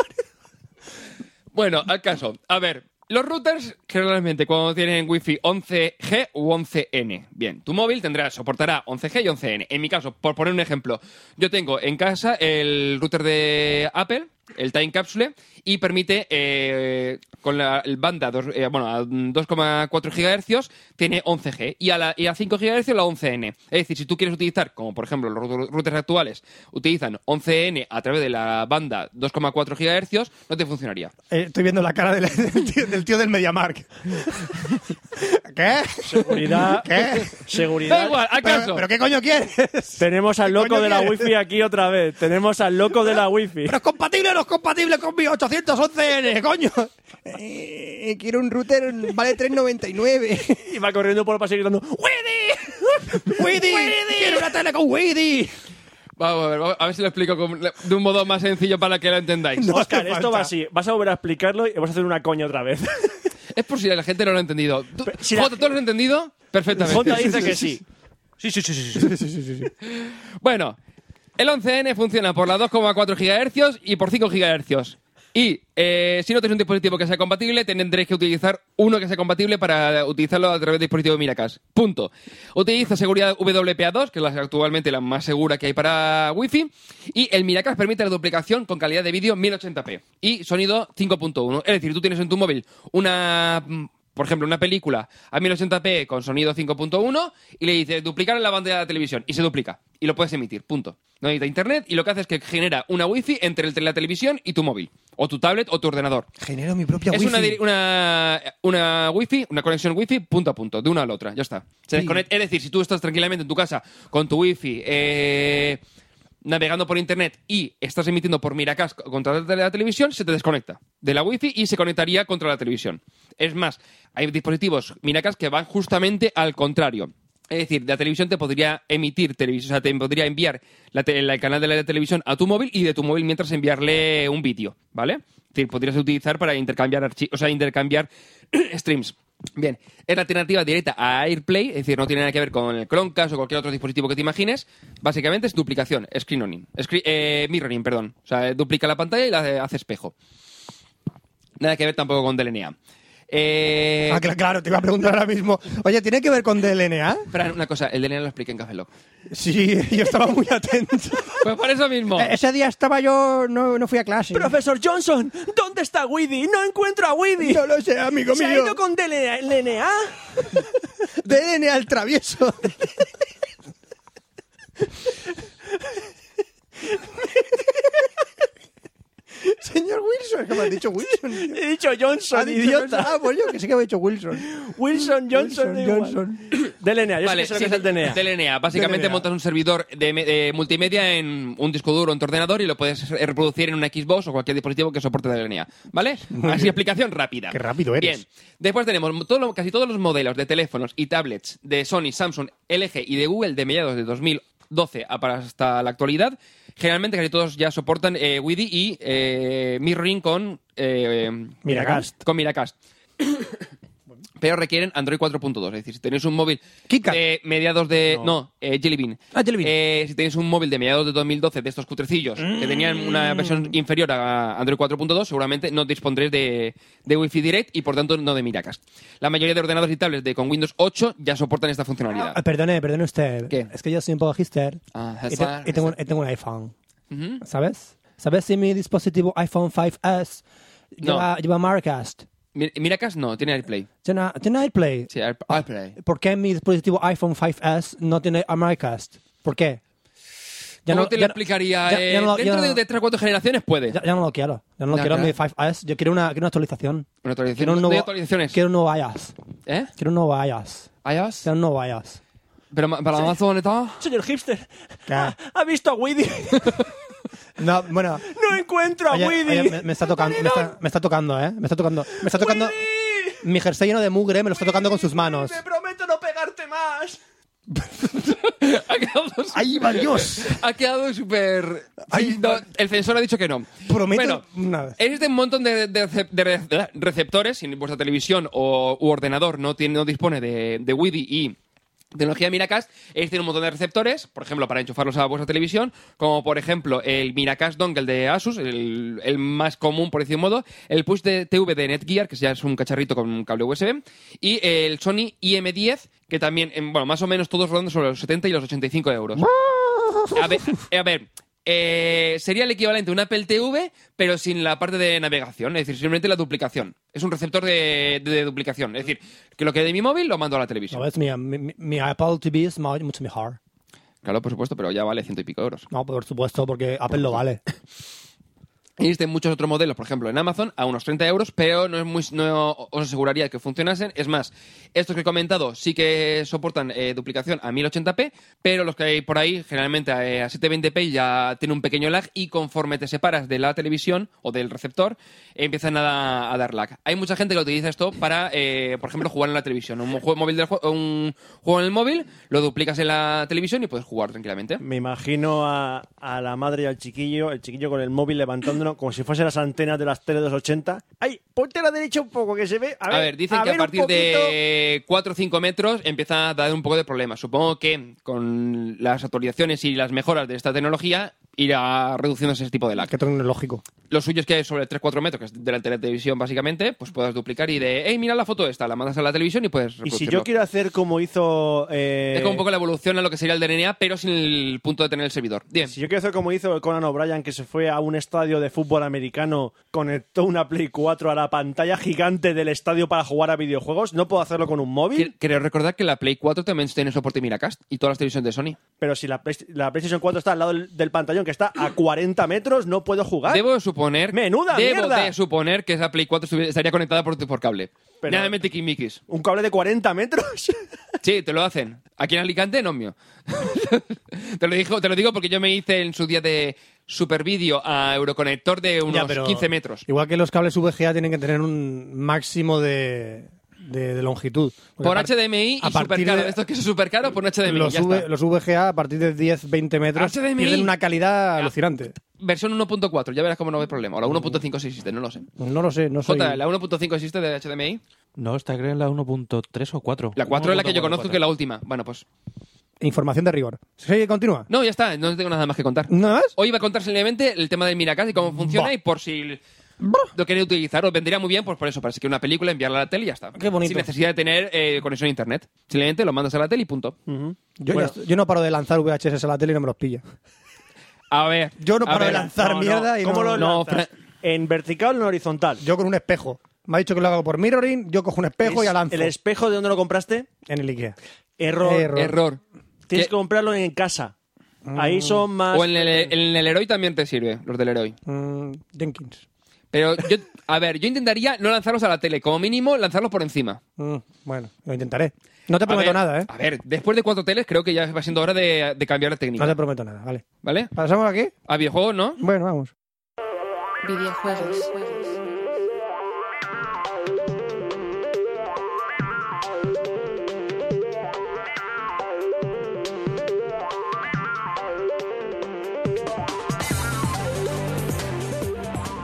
Speaker 1: Bueno, al caso. A ver, los routers generalmente cuando tienen Wi-Fi 11G u 11N. Bien, tu móvil tendrá, soportará 11G y 11N. En mi caso, por poner un ejemplo, yo tengo en casa el router de Apple, el Time Capsule, y permite eh, con la el banda dos- eh, bueno, a 2,4 GHz tiene 11G y a, la, y a 5 GHz la 11N. Es decir, si tú quieres utilizar, como por ejemplo los ru- routers actuales utilizan 11N a través de la banda 2,4 GHz, no te funcionaría.
Speaker 9: Eh, estoy viendo la cara del, <laughs> del tío, del tío
Speaker 1: <laughs>
Speaker 9: del MediaMark. ¿Qué?
Speaker 2: Seguridad.
Speaker 9: ¿Qué?
Speaker 1: Da
Speaker 2: Seguridad.
Speaker 1: igual,
Speaker 9: ¿Pero,
Speaker 1: acaso.
Speaker 9: pero qué coño quieres?
Speaker 2: Tenemos al loco
Speaker 9: coño
Speaker 2: de la
Speaker 9: quieres?
Speaker 2: wifi aquí otra vez. Tenemos al loco de la <laughs> wifi.
Speaker 9: ¿Pero es compatible o no es compatible con mi 811N, coño?
Speaker 3: Eh, quiero un router, vale
Speaker 9: <laughs>
Speaker 3: 3,99.
Speaker 2: Y va corriendo por el pasillo gritando
Speaker 9: ¡Widdy! ¡Widdy! ¡Quiero una tele con Widdy!
Speaker 1: Vamos a ver, vamos a ver si lo explico con- de un modo más sencillo para que lo entendáis.
Speaker 9: No
Speaker 2: Oscar,
Speaker 9: hace
Speaker 2: esto
Speaker 9: falta.
Speaker 2: va así. Vas a volver a explicarlo y vas a hacer una coña otra vez. <laughs>
Speaker 1: Es por si la gente no lo ha entendido. Tú-
Speaker 2: si la-
Speaker 1: Jota, ¿tú lo has entendido? Perfectamente.
Speaker 2: Jota dice que sí.
Speaker 6: Sí, sí, sí, sí.
Speaker 1: Bueno, el 11N funciona por la 2,4 GHz y por 5 GHz. Y eh, si no tenéis un dispositivo que sea compatible, tendréis que utilizar uno que sea compatible para utilizarlo a través del dispositivo Miracast. Punto. Utiliza seguridad WPA2, que es la- actualmente la más segura que hay para Wi-Fi. Y el Miracast permite la duplicación con calidad de vídeo 1080p y sonido 5.1. Es decir, tú tienes en tu móvil una mm, por ejemplo, una película a 1080p con sonido 5.1 y le dice duplicar en la bandera de la televisión y se duplica y lo puedes emitir, punto. No necesita internet y lo que hace es que genera una wifi entre el- la televisión y tu móvil o tu tablet o tu ordenador.
Speaker 3: Genero mi propia
Speaker 1: Es
Speaker 3: wifi.
Speaker 1: una, dir- una, una wifi, una conexión wifi punto a punto, de una a la otra, ya está. Se desconect- es decir, si tú estás tranquilamente en tu casa con tu wifi eh, navegando por internet y estás emitiendo por Miracast contra la, tele- la televisión, se te desconecta de la wifi y se conectaría contra la televisión. Es más, hay dispositivos Miracast que van justamente al contrario. Es decir, la televisión te podría emitir televisión, o sea, te podría enviar la te- la- el canal de la televisión a tu móvil y de tu móvil mientras enviarle un vídeo, ¿vale? Es decir, podrías utilizar para intercambiar archi- o sea, intercambiar <clears throat> streams. Bien, es la alternativa directa a AirPlay, es decir, no tiene nada que ver con el Chromecast o cualquier otro dispositivo que te imagines. Básicamente es duplicación, screenoning, screen- eh, mirroring, perdón. O sea, eh, duplica la pantalla y la hace- hace espejo. Nada que ver tampoco con DLNA. Eh,
Speaker 3: Ah, cla- claro, te iba a preguntar ahora mismo. Oye, ¿tiene que ver con DLNA?
Speaker 1: Fran, una cosa, el DLNA lo expliqué en Café Lock.
Speaker 3: Sí, yo estaba muy atento.
Speaker 1: Pues por eso mismo.
Speaker 3: Eh, Ese día estaba yo, no, no fui a
Speaker 2: <laughs>
Speaker 3: clase.
Speaker 2: Profesor Johnson, ¿dónde está Widdy? No encuentro a Widdy.
Speaker 3: No lo sé, amigo
Speaker 2: ¿Se ha
Speaker 3: mío.
Speaker 2: ido con ¿ah? DNA?
Speaker 3: DLNA el travieso.
Speaker 9: Señor Wilson, que me has dicho Wilson. tío.
Speaker 2: He dicho Johnson,
Speaker 9: Ha dicho Wilson.
Speaker 2: idiota.
Speaker 9: Ah, pues yo que sí que había dicho Wilson.
Speaker 2: Wilson Johnson.
Speaker 9: Wilson,
Speaker 2: da igual.
Speaker 9: Johnson.
Speaker 2: DLNA, yo
Speaker 1: Vale,
Speaker 2: sé
Speaker 1: sí,
Speaker 2: que es el DNA.
Speaker 1: DLNA. Básicamente
Speaker 9: DLNA.
Speaker 1: montas un servidor de, me- de multimedia en un disco duro en tu ordenador y lo puedes reproducir en una Xbox o cualquier dispositivo que soporte DLNA.
Speaker 2: <laughs>
Speaker 1: ¿Vale? Así, explicación rápida.
Speaker 9: Qué rápido eres.
Speaker 1: Bien. Después tenemos todo lo- casi todos los modelos de teléfonos y tablets de Sony, Samsung, LG y de Google de mediados de 2012 a- para hasta la actualidad. Generalmente casi todos ya soportan eh, WiDi y eh, Mirroring con... eh,
Speaker 2: Miracast.
Speaker 1: con Miracast. Pero requieren Android 4.2. Es decir, si tenéis un móvil
Speaker 3: KitKat.
Speaker 1: de mediados de. No, eh, Jelly Bean.
Speaker 3: Ah, Jelly Bean.
Speaker 1: Eh, si tenéis un móvil de mediados de 2012, de estos cutrecillos, que tenían
Speaker 3: Mm.
Speaker 1: una versión inferior a Android 4.2, seguramente no dispondréis de, de Wi-Fi Direct y por tanto no de Miracast. La mayoría de ordenadores y tablets de, con Windows 8 ya soportan esta funcionalidad.
Speaker 3: Ah, Perdone, perdone usted.
Speaker 1: ¿Qué?
Speaker 3: Es que yo soy un poco hipster.
Speaker 1: Ah,
Speaker 3: y, te-
Speaker 1: hipster,
Speaker 3: y tengo,
Speaker 1: hipster.
Speaker 3: y tengo un iPhone.
Speaker 1: Ujú.
Speaker 3: ¿Sabes? ¿Sabes si mi dispositivo iPhone 5S
Speaker 1: No.
Speaker 3: lleva, lleva Marcast?
Speaker 1: Mi- Miracast no, tiene AirPlay.
Speaker 3: ¿Tiene, tiene AirPlay?
Speaker 1: Sí, Air-
Speaker 3: Ah,
Speaker 1: AirPlay.
Speaker 3: ¿Por qué mi dispositivo iPhone 5S no tiene a Marcast? ¿Por qué? Ya
Speaker 1: ¿Cómo
Speaker 3: no-
Speaker 1: te lo
Speaker 3: ya no-
Speaker 1: explicaría?
Speaker 3: ya-
Speaker 1: Eh,
Speaker 3: ya no lo- ya
Speaker 1: dentro
Speaker 3: no-
Speaker 1: de 3 o 4 generaciones puede.
Speaker 3: Ya, ya no lo quiero. Ya no lo
Speaker 1: Ya,
Speaker 3: quiero
Speaker 1: ya.
Speaker 3: mi 5S. Yo quiero una, quiero una actualización.
Speaker 1: Una actualización.
Speaker 3: Quiero un
Speaker 1: No hay
Speaker 3: nuevo,
Speaker 1: actualizaciones.
Speaker 3: Quiero un nuevo iOS.
Speaker 1: ¿Eh?
Speaker 3: Quiero un nuevo iOS.
Speaker 1: ¿iOS?
Speaker 3: Quiero un nuevo iOS.
Speaker 1: ¿Pero ma- para Amazon y
Speaker 3: <laughs>
Speaker 1: tal?
Speaker 2: Señor hipster,
Speaker 9: Claro.
Speaker 2: ha visto a Widdy.
Speaker 3: No, bueno.
Speaker 2: <laughs> no encuentro a
Speaker 3: Oye, oye,
Speaker 2: Widdy. <laughs>
Speaker 3: me, me está tocando, me está, me está tocando, ¿eh? Me está tocando. Me está tocando. Mi jersey lleno de mugre me lo está tocando con sus manos.
Speaker 2: Te prometo no pegarte más.
Speaker 1: Ha quedado
Speaker 9: ¡Ay, va Dios!
Speaker 1: Ha quedado súper...
Speaker 9: Ay,
Speaker 1: Sí, no, el censor ha dicho que no.
Speaker 3: Prometo- una
Speaker 1: Bueno,
Speaker 3: vez.
Speaker 1: existe un montón de, de recep- de re- receptores. Si vuestra televisión o u ordenador no, tiene, no dispone de, de Wi-Fi y tecnología Miracast, existen un montón de receptores, por ejemplo, para enchufarlos a vuestra televisión, como por ejemplo el Miracast dongle de Asus, el, el más común, por decir un modo, el Push de TV de Netgear, que ya es un cacharrito con un cable USB, y el Sony IM10, que también, en- bueno, más o menos todos rodando sobre los 70 y los 85 euros. A ver, eh, a ver, eh, sería el equivalente a un Apple TV, pero sin la parte de navegación, es decir, simplemente la duplicación. Es un receptor de, de- de duplicación, es decir, que lo que de mi móvil lo mando a la
Speaker 3: No,
Speaker 1: televisión.
Speaker 3: ves, mi, mi, mi Apple TV es ma- mucho mejor.
Speaker 1: Claro, por supuesto, pero ya vale ciento y pico euros.
Speaker 3: No, por supuesto, porque Apple lo
Speaker 9: <laughs>
Speaker 3: vale.
Speaker 1: Existen muchos otros modelos, por ejemplo, en Amazon a unos 30 euros, pero no, es muy, no os aseguraría que funcionasen. Es más, estos que he comentado sí que soportan eh, duplicación a 1080p, pero los que hay por ahí, generalmente eh, a 720p ya tiene un pequeño lag y conforme te separas de la televisión o del receptor, empiezan a, a dar lag. Hay mucha gente que utiliza esto para, eh, por ejemplo, jugar en la televisión. Un juego, móvil del jue- un juego en el móvil, lo duplicas en la televisión y puedes jugar tranquilamente.
Speaker 2: Me imagino a, a la madre y al chiquillo, el chiquillo con el móvil levantándolo como si fuesen las antenas de las tele de los 80. ¡Ay! Ponte a la derecha un poco que se ve. A ver,
Speaker 1: A ver, dicen que a
Speaker 2: ver un
Speaker 1: partir
Speaker 2: poquito.
Speaker 1: de 4 o 5 metros empieza a dar un poco de problemas. Supongo que con las actualizaciones y las mejoras de esta tecnología irá reduciéndose ese tipo de lag.
Speaker 3: Que tecnológico.
Speaker 1: Lo suyo es que sobre 3-4 metros, que es de la televisión básicamente, pues puedas duplicar y de, hey, mira la foto esta, la mandas a la televisión y puedes
Speaker 2: Y si
Speaker 1: reproducirlo.
Speaker 2: yo quiero hacer como hizo. eh,
Speaker 1: Es como un poco la evolución a lo que sería el DNA, pero sin el punto de tener el servidor. Bien.
Speaker 2: Si yo quiero hacer como hizo Conan O'Brien, que se fue a un estadio de fútbol americano, conectó una Play 4 a la pantalla gigante del estadio para jugar a videojuegos, no puedo hacerlo con un móvil,
Speaker 1: Quiero- Quiero recordar que la Play 4 también tiene soporte Miracast y todas las televisiones de Sony.
Speaker 2: pero si la, Play- la PlayStation 4 está al lado del, del pantallón, que está a 40 metros, no puedo
Speaker 3: ¿Ah?
Speaker 2: jugar.
Speaker 1: Debo de suponer.
Speaker 2: ¡Menuda
Speaker 1: Debo
Speaker 2: mierda!
Speaker 1: de suponer que esa Play 4 estuvi- estaría conectada por, por cable.
Speaker 2: Pero-
Speaker 1: Nada de tiquismiquis.
Speaker 2: Un cable de 40 metros. <laughs>
Speaker 1: Sí, te lo hacen. Aquí en Alicante, no mío. <laughs> te, lo dijo, te lo digo porque yo me hice en su día de supervídeo a Euroconector de unos 15 metros.
Speaker 3: Igual que los cables VGA tienen que tener un máximo de, de, de longitud. Porque
Speaker 1: Por
Speaker 3: a par-
Speaker 1: HDMI
Speaker 3: a
Speaker 1: y
Speaker 3: partir
Speaker 1: supercaro.
Speaker 3: de-
Speaker 1: Esto que es supercaro por un HDMI.
Speaker 3: Los,
Speaker 1: ya
Speaker 3: V-
Speaker 1: está.
Speaker 3: los VGA a partir de 10, 20 metros
Speaker 1: HDMI.
Speaker 3: tienen una
Speaker 1: Ah.
Speaker 3: calidad alucinante.
Speaker 1: Versión 1.4, ya verás cómo no hay problema. O la 1.5 sí existe, no lo sé.
Speaker 3: Pues No lo sé, no soy...
Speaker 1: Jota, ¿la 1.5 existe de HDMI?
Speaker 6: No, está creo en la 1.3 o 4.
Speaker 1: La 4 es la que yo
Speaker 6: 1.4,
Speaker 1: conozco que es la última. Bueno, pues...
Speaker 3: Información de rigor. Sí, continúa.
Speaker 1: No, ya está, no tengo nada más que contar.
Speaker 3: ¿No más?
Speaker 1: Hoy iba a contar simplemente el tema del Miracast y cómo funciona
Speaker 3: Bah.
Speaker 1: y por si lo queréis utilizar. Os vendría muy bien, pues por eso, parece que una película, enviarla a la tele y ya está.
Speaker 3: Qué bonito.
Speaker 1: Sin necesidad de tener eh, conexión a internet. Simplemente lo mandas a la tele y punto.
Speaker 3: Mm. Yo, ya estoy- yo no paro de lanzar VHS a la tele y no me los pilla.
Speaker 1: A ver.
Speaker 3: Yo no
Speaker 1: a
Speaker 3: paro de
Speaker 1: ver.
Speaker 3: lanzar
Speaker 2: No, no.
Speaker 3: mierda y
Speaker 2: ¿Cómo lo
Speaker 3: no-
Speaker 1: no,
Speaker 2: lanzas?
Speaker 1: Fra-
Speaker 2: ¿En vertical o en horizontal?
Speaker 3: Yo con un espejo. Me ha dicho que lo hago por mirroring, yo cojo un espejo y la lanzo
Speaker 2: ¿El espejo de dónde lo compraste?
Speaker 3: en el E Ikea.
Speaker 2: Error.
Speaker 3: Error. Mm.
Speaker 1: Error.
Speaker 2: Tienes
Speaker 1: ¿Qué?
Speaker 2: que comprarlo en casa. Ahí son más.
Speaker 1: O en el, en el Heroi también te sirve, los del Heroi.
Speaker 3: Mm, Jenkins.
Speaker 1: Pero yo, a ver, yo intentaría no lanzarlos a la tele, como mínimo lanzarlos por encima.
Speaker 3: Mm, bueno, lo intentaré. No te
Speaker 1: A
Speaker 3: prometo
Speaker 1: ver, Ah,
Speaker 3: nada, ¿eh?
Speaker 1: A ver, después de cuatro teles creo que ya va siendo hora de, de cambiar la
Speaker 3: No
Speaker 1: técnica,
Speaker 3: te prometo nada, vale.
Speaker 1: ¿vale?
Speaker 3: ¿Pasamos aquí?
Speaker 1: A videojuegos, ¿no?
Speaker 3: Bueno, vamos.
Speaker 5: Videojuegos.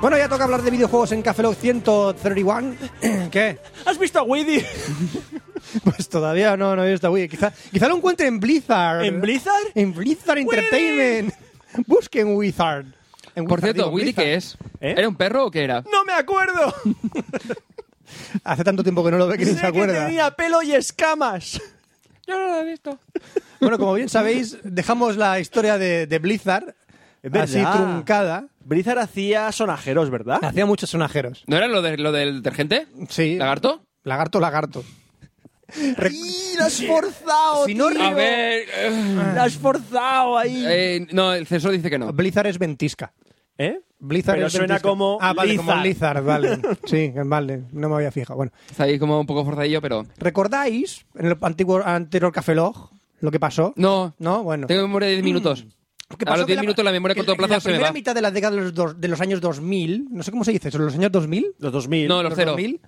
Speaker 3: Bueno, ya toca hablar de videojuegos en Café Lock 131. ¿Qué?
Speaker 2: ¿Has visto a Wadey
Speaker 3: Pues todavía no, no he visto Wii. Quizá, quizá lo encuentre en Blizzard.
Speaker 2: en Blizzard?
Speaker 3: En Blizzard Entertainment. Busquen Wizard. En
Speaker 1: Por
Speaker 3: Wizard,
Speaker 1: cierto,
Speaker 3: digo,
Speaker 1: Willy,
Speaker 3: Blizzard.
Speaker 1: ¿qué es?
Speaker 2: ¿Eh?
Speaker 1: ¿Era un perro o qué era?
Speaker 2: ¡No me acuerdo!
Speaker 3: Hace tanto tiempo que no lo ve que <laughs> ni
Speaker 2: Sé
Speaker 3: se
Speaker 2: que
Speaker 3: acuerda.
Speaker 2: tenía pelo y escamas.
Speaker 4: Yo no lo he visto.
Speaker 3: Bueno, como bien sabéis, dejamos la historia de, de Blizzard
Speaker 2: Es verdad.
Speaker 3: así truncada.
Speaker 2: Blizzard hacía sonajeros, ¿verdad?
Speaker 3: Hacía muchos sonajeros.
Speaker 1: ¿No era lo, de, lo del detergente?
Speaker 3: Sí.
Speaker 1: ¿Lagarto?
Speaker 3: Lagarto, lagarto. Re-
Speaker 2: ¡Y lo has forzado!
Speaker 3: Si no
Speaker 2: tío!
Speaker 1: A ver... eh,
Speaker 2: ¡Lo has forzado ahí!
Speaker 1: eh, no, el censor dice que no.
Speaker 3: Blizzard es ventisca.
Speaker 2: ¿Eh?
Speaker 3: Blizzard
Speaker 2: Pero
Speaker 3: es
Speaker 2: suena
Speaker 3: ventisca.
Speaker 2: como
Speaker 3: Ah, vale, como
Speaker 2: Lizard. <laughs>
Speaker 3: Blizzard, vale. Sí, vale, no me había fijado. Bueno,
Speaker 1: Está ahí como un poco forzadillo, pero...
Speaker 3: ¿recordáis en el antiguo, anterior Café Log lo que pasó?
Speaker 1: No,
Speaker 3: No, Mm. bueno.
Speaker 1: tengo memoria de 10 minutos. A
Speaker 3: ¿Qué pasó?
Speaker 1: los
Speaker 3: Que
Speaker 1: 10 minutos la memoria a
Speaker 3: que
Speaker 1: corto
Speaker 3: que
Speaker 1: plazo
Speaker 3: la
Speaker 1: se me
Speaker 3: primera
Speaker 1: va.
Speaker 3: mitad de la década de los, dos- de los años 2000, no sé cómo se dice, ¿son los años 2000?
Speaker 2: Los 2000.
Speaker 1: No, los cero.
Speaker 3: 2000?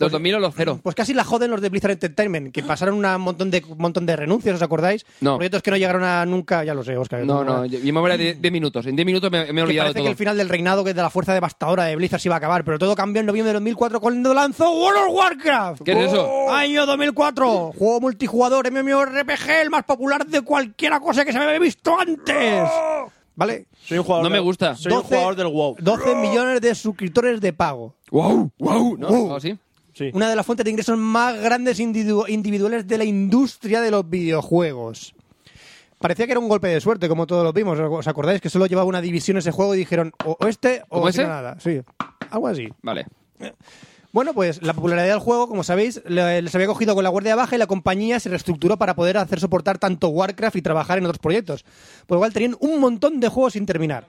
Speaker 1: Los 2000 o los cero.
Speaker 3: Pues casi la joden los de Blizzard Entertainment, que pasaron un montón de, montón de renuncias, ¿os acordáis?
Speaker 1: No.
Speaker 3: Proyectos que no llegaron a nunca, ya lo sé, Oscar.
Speaker 1: No, no, yo- mi memoria de 10 minutos. En 10 minutos me, me he
Speaker 3: Que
Speaker 1: olvidado
Speaker 3: parece
Speaker 1: todo.
Speaker 3: que el final del reinado que de la fuerza devastadora de Blizzard se iba a acabar, pero todo cambió en noviembre de 2004 cuando lanzó World of Warcraft.
Speaker 1: ¿Qué es eso?
Speaker 3: ¡Oh! Año 2004, juego multijugador MMORPG, el más popular de cualquier cosa que se había visto antes.
Speaker 1: ¡Oh!
Speaker 3: ¿Vale?
Speaker 2: Soy un jugador
Speaker 1: No me
Speaker 2: de-
Speaker 1: gusta.
Speaker 2: Soy un jugador del WoW.
Speaker 3: 12 millones de suscriptores de pago.
Speaker 1: ¡Wow! ¡Wow! ¿No?
Speaker 3: Wow.
Speaker 1: ¿Así?
Speaker 2: Sí.
Speaker 3: Una de las fuentes de ingresos más grandes individu- individuales de la industria de los videojuegos. Parecía que era un golpe de suerte, como todos lo vimos. ¿Os acordáis que solo llevaba una división ese juego y dijeron o o este o
Speaker 1: ¿Cómo
Speaker 3: si
Speaker 1: ese?
Speaker 3: no nada? Sí, algo así.
Speaker 1: Vale.
Speaker 3: Bueno, pues la popularidad del juego, como sabéis, le- les había cogido con la guardia baja y la compañía se reestructuró para poder hacer soportar tanto Warcraft y trabajar en otros proyectos. Por lo cual tenían un montón de juegos sin terminar.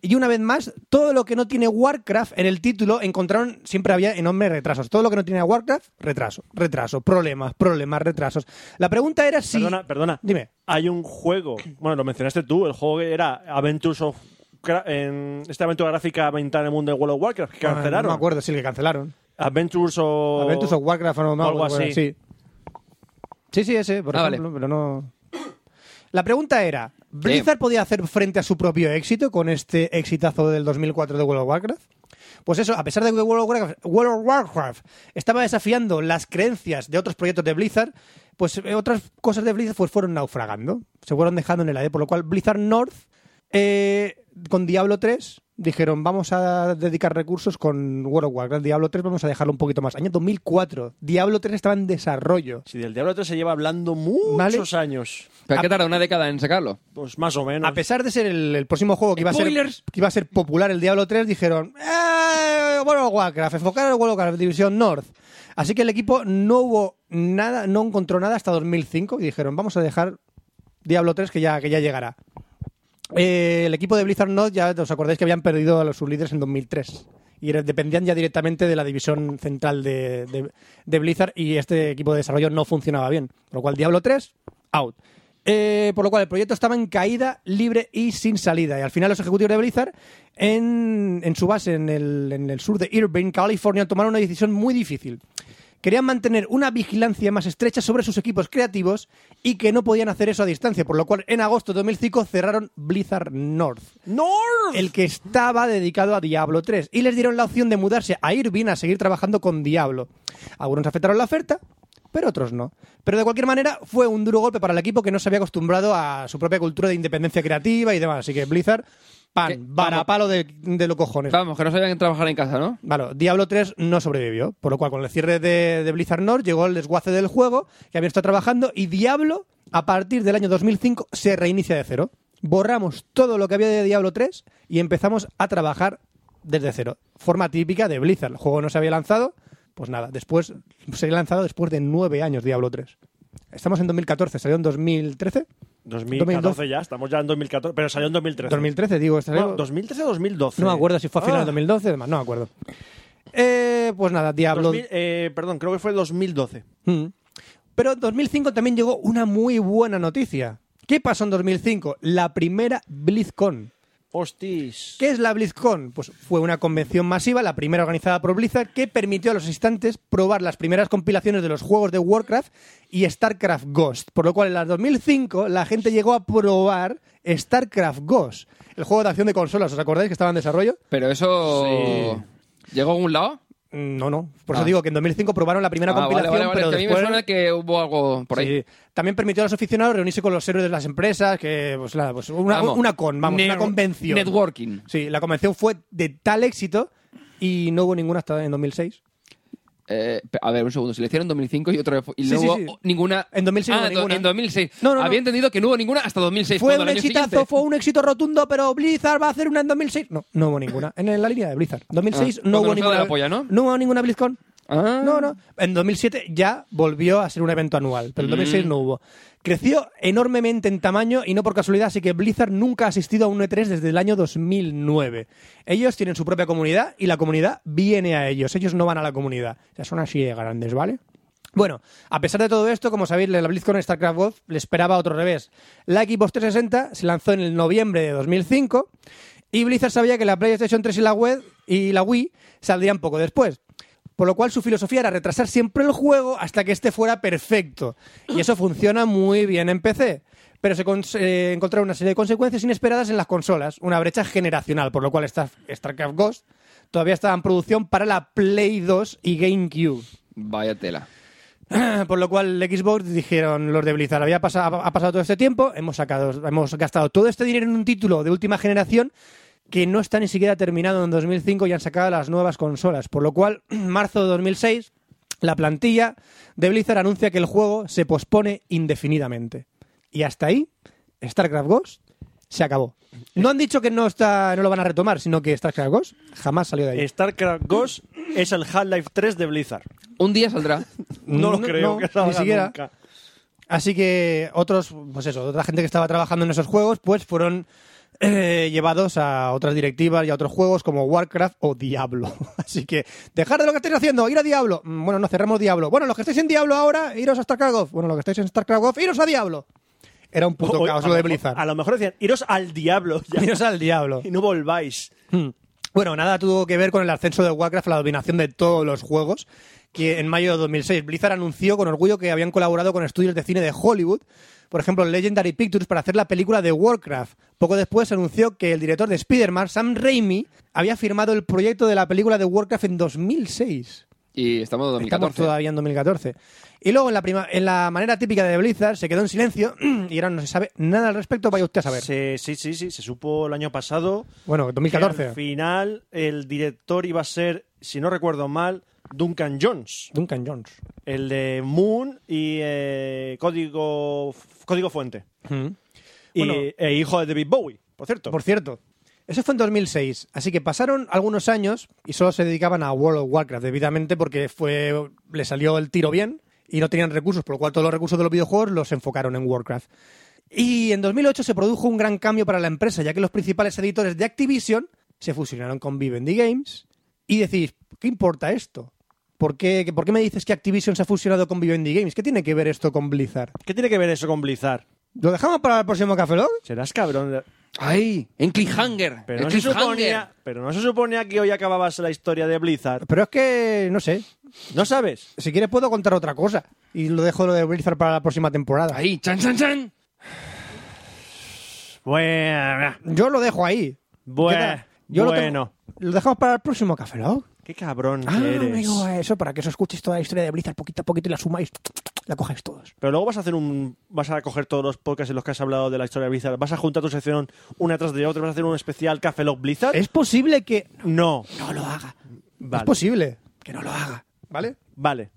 Speaker 3: Y una vez más, todo lo que no tiene Warcraft en el título encontraron, siempre había enormes retrasos. Todo lo que no tenía Warcraft, retraso, retraso, problemas, problemas, retrasos. La pregunta era si...
Speaker 2: Perdona, perdona.
Speaker 3: Dime.
Speaker 2: Hay un juego. Bueno, lo mencionaste tú. El juego que era Adventures of. Cra- En esta aventura gráfica ambientada en el mundo de World of Warcraft que
Speaker 3: Ah, No
Speaker 2: cancelaron.
Speaker 3: me acuerdo, sí, que cancelaron.
Speaker 2: Adventures o.
Speaker 3: Adventures of Warcraft o no, no,
Speaker 2: algo
Speaker 3: bueno,
Speaker 2: así.
Speaker 3: Sí. sí, sí, ese, por
Speaker 1: Ah, vale.
Speaker 3: ejemplo, pero no... La pregunta era, ¿Blizzard podía hacer frente a su propio éxito con este exitazo del 2004 de World of Warcraft? Pues eso, a pesar de que World of Warcraft, World of Warcraft estaba desafiando las creencias de otros proyectos de Blizzard, pues eh, otras cosas de Blizzard pues, fueron naufragando, se fueron dejando en el aire, por lo cual Blizzard North eh, con Diablo 3 dijeron vamos a dedicar recursos con World of Warcraft, Diablo 3 vamos a dejarlo un poquito más. Año 2004, Diablo 3 estaba en desarrollo.
Speaker 2: Si del Diablo 3 se lleva hablando muchos años.
Speaker 1: ¿Pero
Speaker 3: Ah,
Speaker 1: qué tarda una década en sacarlo?
Speaker 2: Pues más o menos.
Speaker 3: A pesar de ser el, el próximo juego que iba, a ser,
Speaker 1: Spoilers.
Speaker 3: que iba a ser popular, el Diablo 3, dijeron "Eh, World of Warcraft, enfocar al World of Warcraft División North. Así que el equipo no hubo nada, no encontró nada hasta 2005 y dijeron vamos a dejar Diablo 3 que ya, que ya llegará. Eh, el equipo de Blizzard North, ya os acordáis que habían perdido a los sus líderes en 2003 y era- dependían ya directamente de la división central de, de- de Blizzard y este equipo de desarrollo no funcionaba bien. Por lo cual Diablo 3, out. Eh, por lo cual el proyecto estaba en caída libre y sin salida. Y al final los ejecutivos de Blizzard en, en su base en el, en el sur de Irvine, California, tomaron una decisión muy difícil. Querían mantener una vigilancia más estrecha sobre sus equipos creativos y que no podían hacer eso a distancia, por lo cual en agosto de 2005 cerraron Blizzard North
Speaker 2: ¡North!
Speaker 3: el que estaba dedicado a Diablo 3 y les dieron la opción de mudarse a Irvine a seguir trabajando con Diablo. Algunos afectaron la oferta, pero otros no. Pero de cualquier manera fue un duro golpe para el equipo que no se había acostumbrado a su propia cultura de independencia creativa y demás. Así que Blizzard,
Speaker 1: Que-
Speaker 3: pan,
Speaker 1: vamos.
Speaker 3: varapalo de, de los cojones.
Speaker 1: Vamos, que no sabían trabajar en casa, ¿no?
Speaker 3: Vale, Diablo 3 no sobrevivió, por lo cual con el cierre de, de Blizzard North llegó el desguace del juego que había estado trabajando y Diablo a partir del año 2005 se reinicia de cero. Borramos todo lo que había de Diablo 3 y empezamos a trabajar desde cero. Forma típica de Blizzard. El juego no se había lanzado, pues nada, después se había lanzado después de nueve años Diablo 3. Estamos en 2014, salió en 2013.
Speaker 2: 2014
Speaker 3: 2012.
Speaker 2: ya, estamos ya en 2014, pero salió en 2013.
Speaker 3: 2013, digo. esta-
Speaker 2: Bueno, 2013 o 2012.
Speaker 3: no me acuerdo si fue a finales
Speaker 2: Ah,
Speaker 3: de 2012 o demás, no me acuerdo. Eh, pues nada, Diablo.
Speaker 2: 2000, eh, perdón, creo que fue 2012.
Speaker 3: Mm. Pero en 2005 también llegó una muy buena noticia. ¿Qué pasó en 2005? La primera BlizzCon.
Speaker 2: Hostis.
Speaker 3: ¿Qué es la BlizzCon? Pues fue una convención masiva, la primera organizada por Blizzard, que permitió a los asistentes probar las primeras compilaciones de los juegos de Warcraft y StarCraft Ghost. Por lo cual, en las 2005, la gente llegó a probar StarCraft Ghost, el juego de acción de consolas. ¿Os acordáis que estaba en desarrollo?
Speaker 1: Pero eso. ¿Llegó a algún lado?
Speaker 3: Mm, No, no. Por eso
Speaker 1: Ah.
Speaker 3: digo que en 2005 probaron la primera
Speaker 1: Ah, vale,
Speaker 3: compilación,
Speaker 1: vale, vale,
Speaker 3: pero
Speaker 1: que
Speaker 3: después...
Speaker 1: a mí me suena que hubo algo por ahí.
Speaker 3: Sí. También permitió a los aficionados reunirse con los héroes de las empresas, que pues, nada, pues, una,
Speaker 1: Vamos.
Speaker 3: una con, vamos, una
Speaker 1: Ner-
Speaker 3: convención.
Speaker 1: Networking.
Speaker 3: Sí, la convención fue de tal éxito y no hubo ninguna hasta en 2006.
Speaker 1: Eh, pe- a ver, un segundo. Si le hicieron en 2005 y otra vez. Y
Speaker 3: Sí,
Speaker 1: luego
Speaker 3: sí, sí.
Speaker 1: ninguna.
Speaker 3: En 2006 no
Speaker 1: Ah,
Speaker 3: hubo
Speaker 1: en do-
Speaker 3: ninguna.
Speaker 1: en 2006.
Speaker 3: No, no, no.
Speaker 1: Había entendido que no hubo ninguna hasta 2006.
Speaker 3: Fue
Speaker 1: cuando
Speaker 3: un
Speaker 1: al año
Speaker 3: exitazo,
Speaker 1: siguiente.
Speaker 3: fue un éxito rotundo, pero Blizzard va a hacer una en 2006. No, no hubo ninguna. En la línea de Blizzard. 2006
Speaker 1: Ah,
Speaker 3: no
Speaker 1: cuando nos
Speaker 3: hubo
Speaker 1: fue de
Speaker 3: ninguna.
Speaker 1: la polla, ¿no?
Speaker 3: hubo ninguna BlizzCon.
Speaker 1: Ah.
Speaker 3: No, no. En 2007 ya volvió a ser un evento anual, pero en 2006 no hubo. Creció enormemente en tamaño y no por casualidad, así que Blizzard nunca ha asistido a un E3 desde el año 2009. Ellos tienen su propia comunidad y la comunidad viene a ellos. Ellos no van a la comunidad. O sea, son así de grandes, ¿vale? Bueno, a pesar de todo esto, como sabéis, la BlizzCon StarCraft Voz le esperaba otro revés. La Xbox 360 se lanzó en el noviembre de 2005 y Blizzard sabía que la PlayStation 3 y la web y la Wii saldrían poco después. Por lo cual su filosofía era retrasar siempre el juego hasta que este fuera perfecto. Y eso funciona muy bien en PC. Pero se cons- eh, encontraron una serie de consecuencias inesperadas en las consolas, una brecha generacional, por lo cual Star- StarCraft Ghost todavía estaba en producción para la Play 2 y GameCube.
Speaker 1: Vaya tela.
Speaker 3: Por lo cual Xbox dijeron los de Blizzard, había pasado, ha pasado todo este tiempo, hemos sacado, hemos gastado todo este dinero en un título de última generación que no está ni siquiera terminado en 2005 y han sacado las nuevas consolas. Por lo cual, <clears throat> marzo de 2006, la plantilla de Blizzard anuncia que el juego se pospone indefinidamente. Y hasta ahí, StarCraft Ghost se acabó. No han dicho que no está, no lo van a retomar, sino que StarCraft Ghost jamás salió de ahí.
Speaker 2: StarCraft Ghost es el Half-Life 3 de Blizzard.
Speaker 1: Un día
Speaker 3: <laughs>
Speaker 1: saldrá.
Speaker 2: No, lo
Speaker 3: No,
Speaker 2: creo
Speaker 3: no,
Speaker 2: que salga
Speaker 3: ni siquiera.
Speaker 2: nunca.
Speaker 3: Así que otros, pues eso, otra gente que estaba trabajando en esos juegos, pues fueron eh, llevados a otras directivas y a otros juegos como Warcraft o Diablo. <laughs> Así que dejar de lo que estáis haciendo, ir a Diablo. Mm, Bueno, no cerramos Diablo. Bueno, los que estáis en Diablo ahora, iros a StarCraft. Gulf. Bueno, los que estáis en StarCraft, Gulf, iros a Diablo. Era un puto
Speaker 2: O-
Speaker 3: caos
Speaker 2: Pues a
Speaker 3: lo de
Speaker 2: mejor-
Speaker 3: Blizzard.
Speaker 2: A lo mejor decían, iros al diablo ya,
Speaker 3: Iros al Diablo.
Speaker 2: <laughs> y no volváis.
Speaker 3: Hmm. Bueno, nada tuvo que ver con el ascenso de Warcraft a la dominación de todos los juegos, que en mayo de 2006 Blizzard anunció con orgullo que habían colaborado con estudios de cine de Hollywood, por ejemplo Legendary Pictures, para hacer la película de Warcraft. Poco después anunció que el director de Spider-Man, Sam Raimi, había firmado el proyecto de la película de Warcraft en 2006.
Speaker 1: Y estamos en 2014.
Speaker 3: Estamos todavía en 2014. Y luego, en la, prima- en la manera típica de Blizzard, se quedó en silencio <clears throat> y ahora no se sabe nada al respecto. Vaya usted a saber.
Speaker 2: Se- sí, sí, sí, se supo el año pasado.
Speaker 3: Bueno,
Speaker 2: que Al
Speaker 3: 2014.
Speaker 2: final, el director iba a ser, si no recuerdo mal, Duncan Jones,
Speaker 3: Duncan Jones.
Speaker 2: el de Moon y eh, Código, Código Fuente. Y,
Speaker 3: Bueno.
Speaker 2: e hijo de David Bowie, por cierto.
Speaker 3: Por cierto, eso fue en 2006, así que pasaron algunos años y solo se dedicaban a World of Warcraft, debidamente porque fue le salió el tiro bien y no tenían recursos, por lo cual todos los recursos de los videojuegos los enfocaron en Warcraft. Y en 2008 se produjo un gran cambio para la empresa, ya que los principales editores de Activision se fusionaron con Vivendi Games y decís, ¿qué importa esto? ¿Por qué, ¿Por qué me dices que Activision se ha fusionado con Vivendi Games? ¿Qué tiene que ver esto con Blizzard?
Speaker 2: ¿Qué tiene que ver eso con Blizzard?
Speaker 3: ¿Lo dejamos para el próximo Café Lock?
Speaker 2: Serás cabrón.
Speaker 1: ¡Ay! En Cliffhanger.
Speaker 2: Pero
Speaker 1: en
Speaker 2: no, se
Speaker 1: cliffhanger.
Speaker 2: suponía, pero no se suponía que hoy acababas la historia de Blizzard.
Speaker 3: Pero es que, no sé,
Speaker 2: ¿No sabes?
Speaker 3: Si quieres puedo contar otra cosa. Y lo dejo lo de Blizzard para la próxima temporada.
Speaker 1: Ahí, chan, chan, chan.
Speaker 2: Bueno,
Speaker 3: Yo lo dejo ahí. ¿Qué
Speaker 2: bueno,
Speaker 3: tal? Yo lo tengo-
Speaker 2: bueno.
Speaker 3: Lo, dejamos para el próximo Café Lock.
Speaker 2: Qué cabrón que
Speaker 3: Ah,
Speaker 2: eres.
Speaker 3: amigo, eso, para que eso escuches toda la historia de Blizzard poquito a poquito y la sumáis, la cojáis todos.
Speaker 2: Pero luego vas a hacer un. Vas a coger todos los podcasts en los que has hablado de la historia de Blizzard. Vas a juntar tu sección una tras de otra. Vas a hacer un especial Café Lock Blizzard.
Speaker 3: Es posible que...
Speaker 2: No.
Speaker 3: No lo haga.
Speaker 2: Vale.
Speaker 3: Es posible que no lo haga. ¿Vale?
Speaker 2: Vale.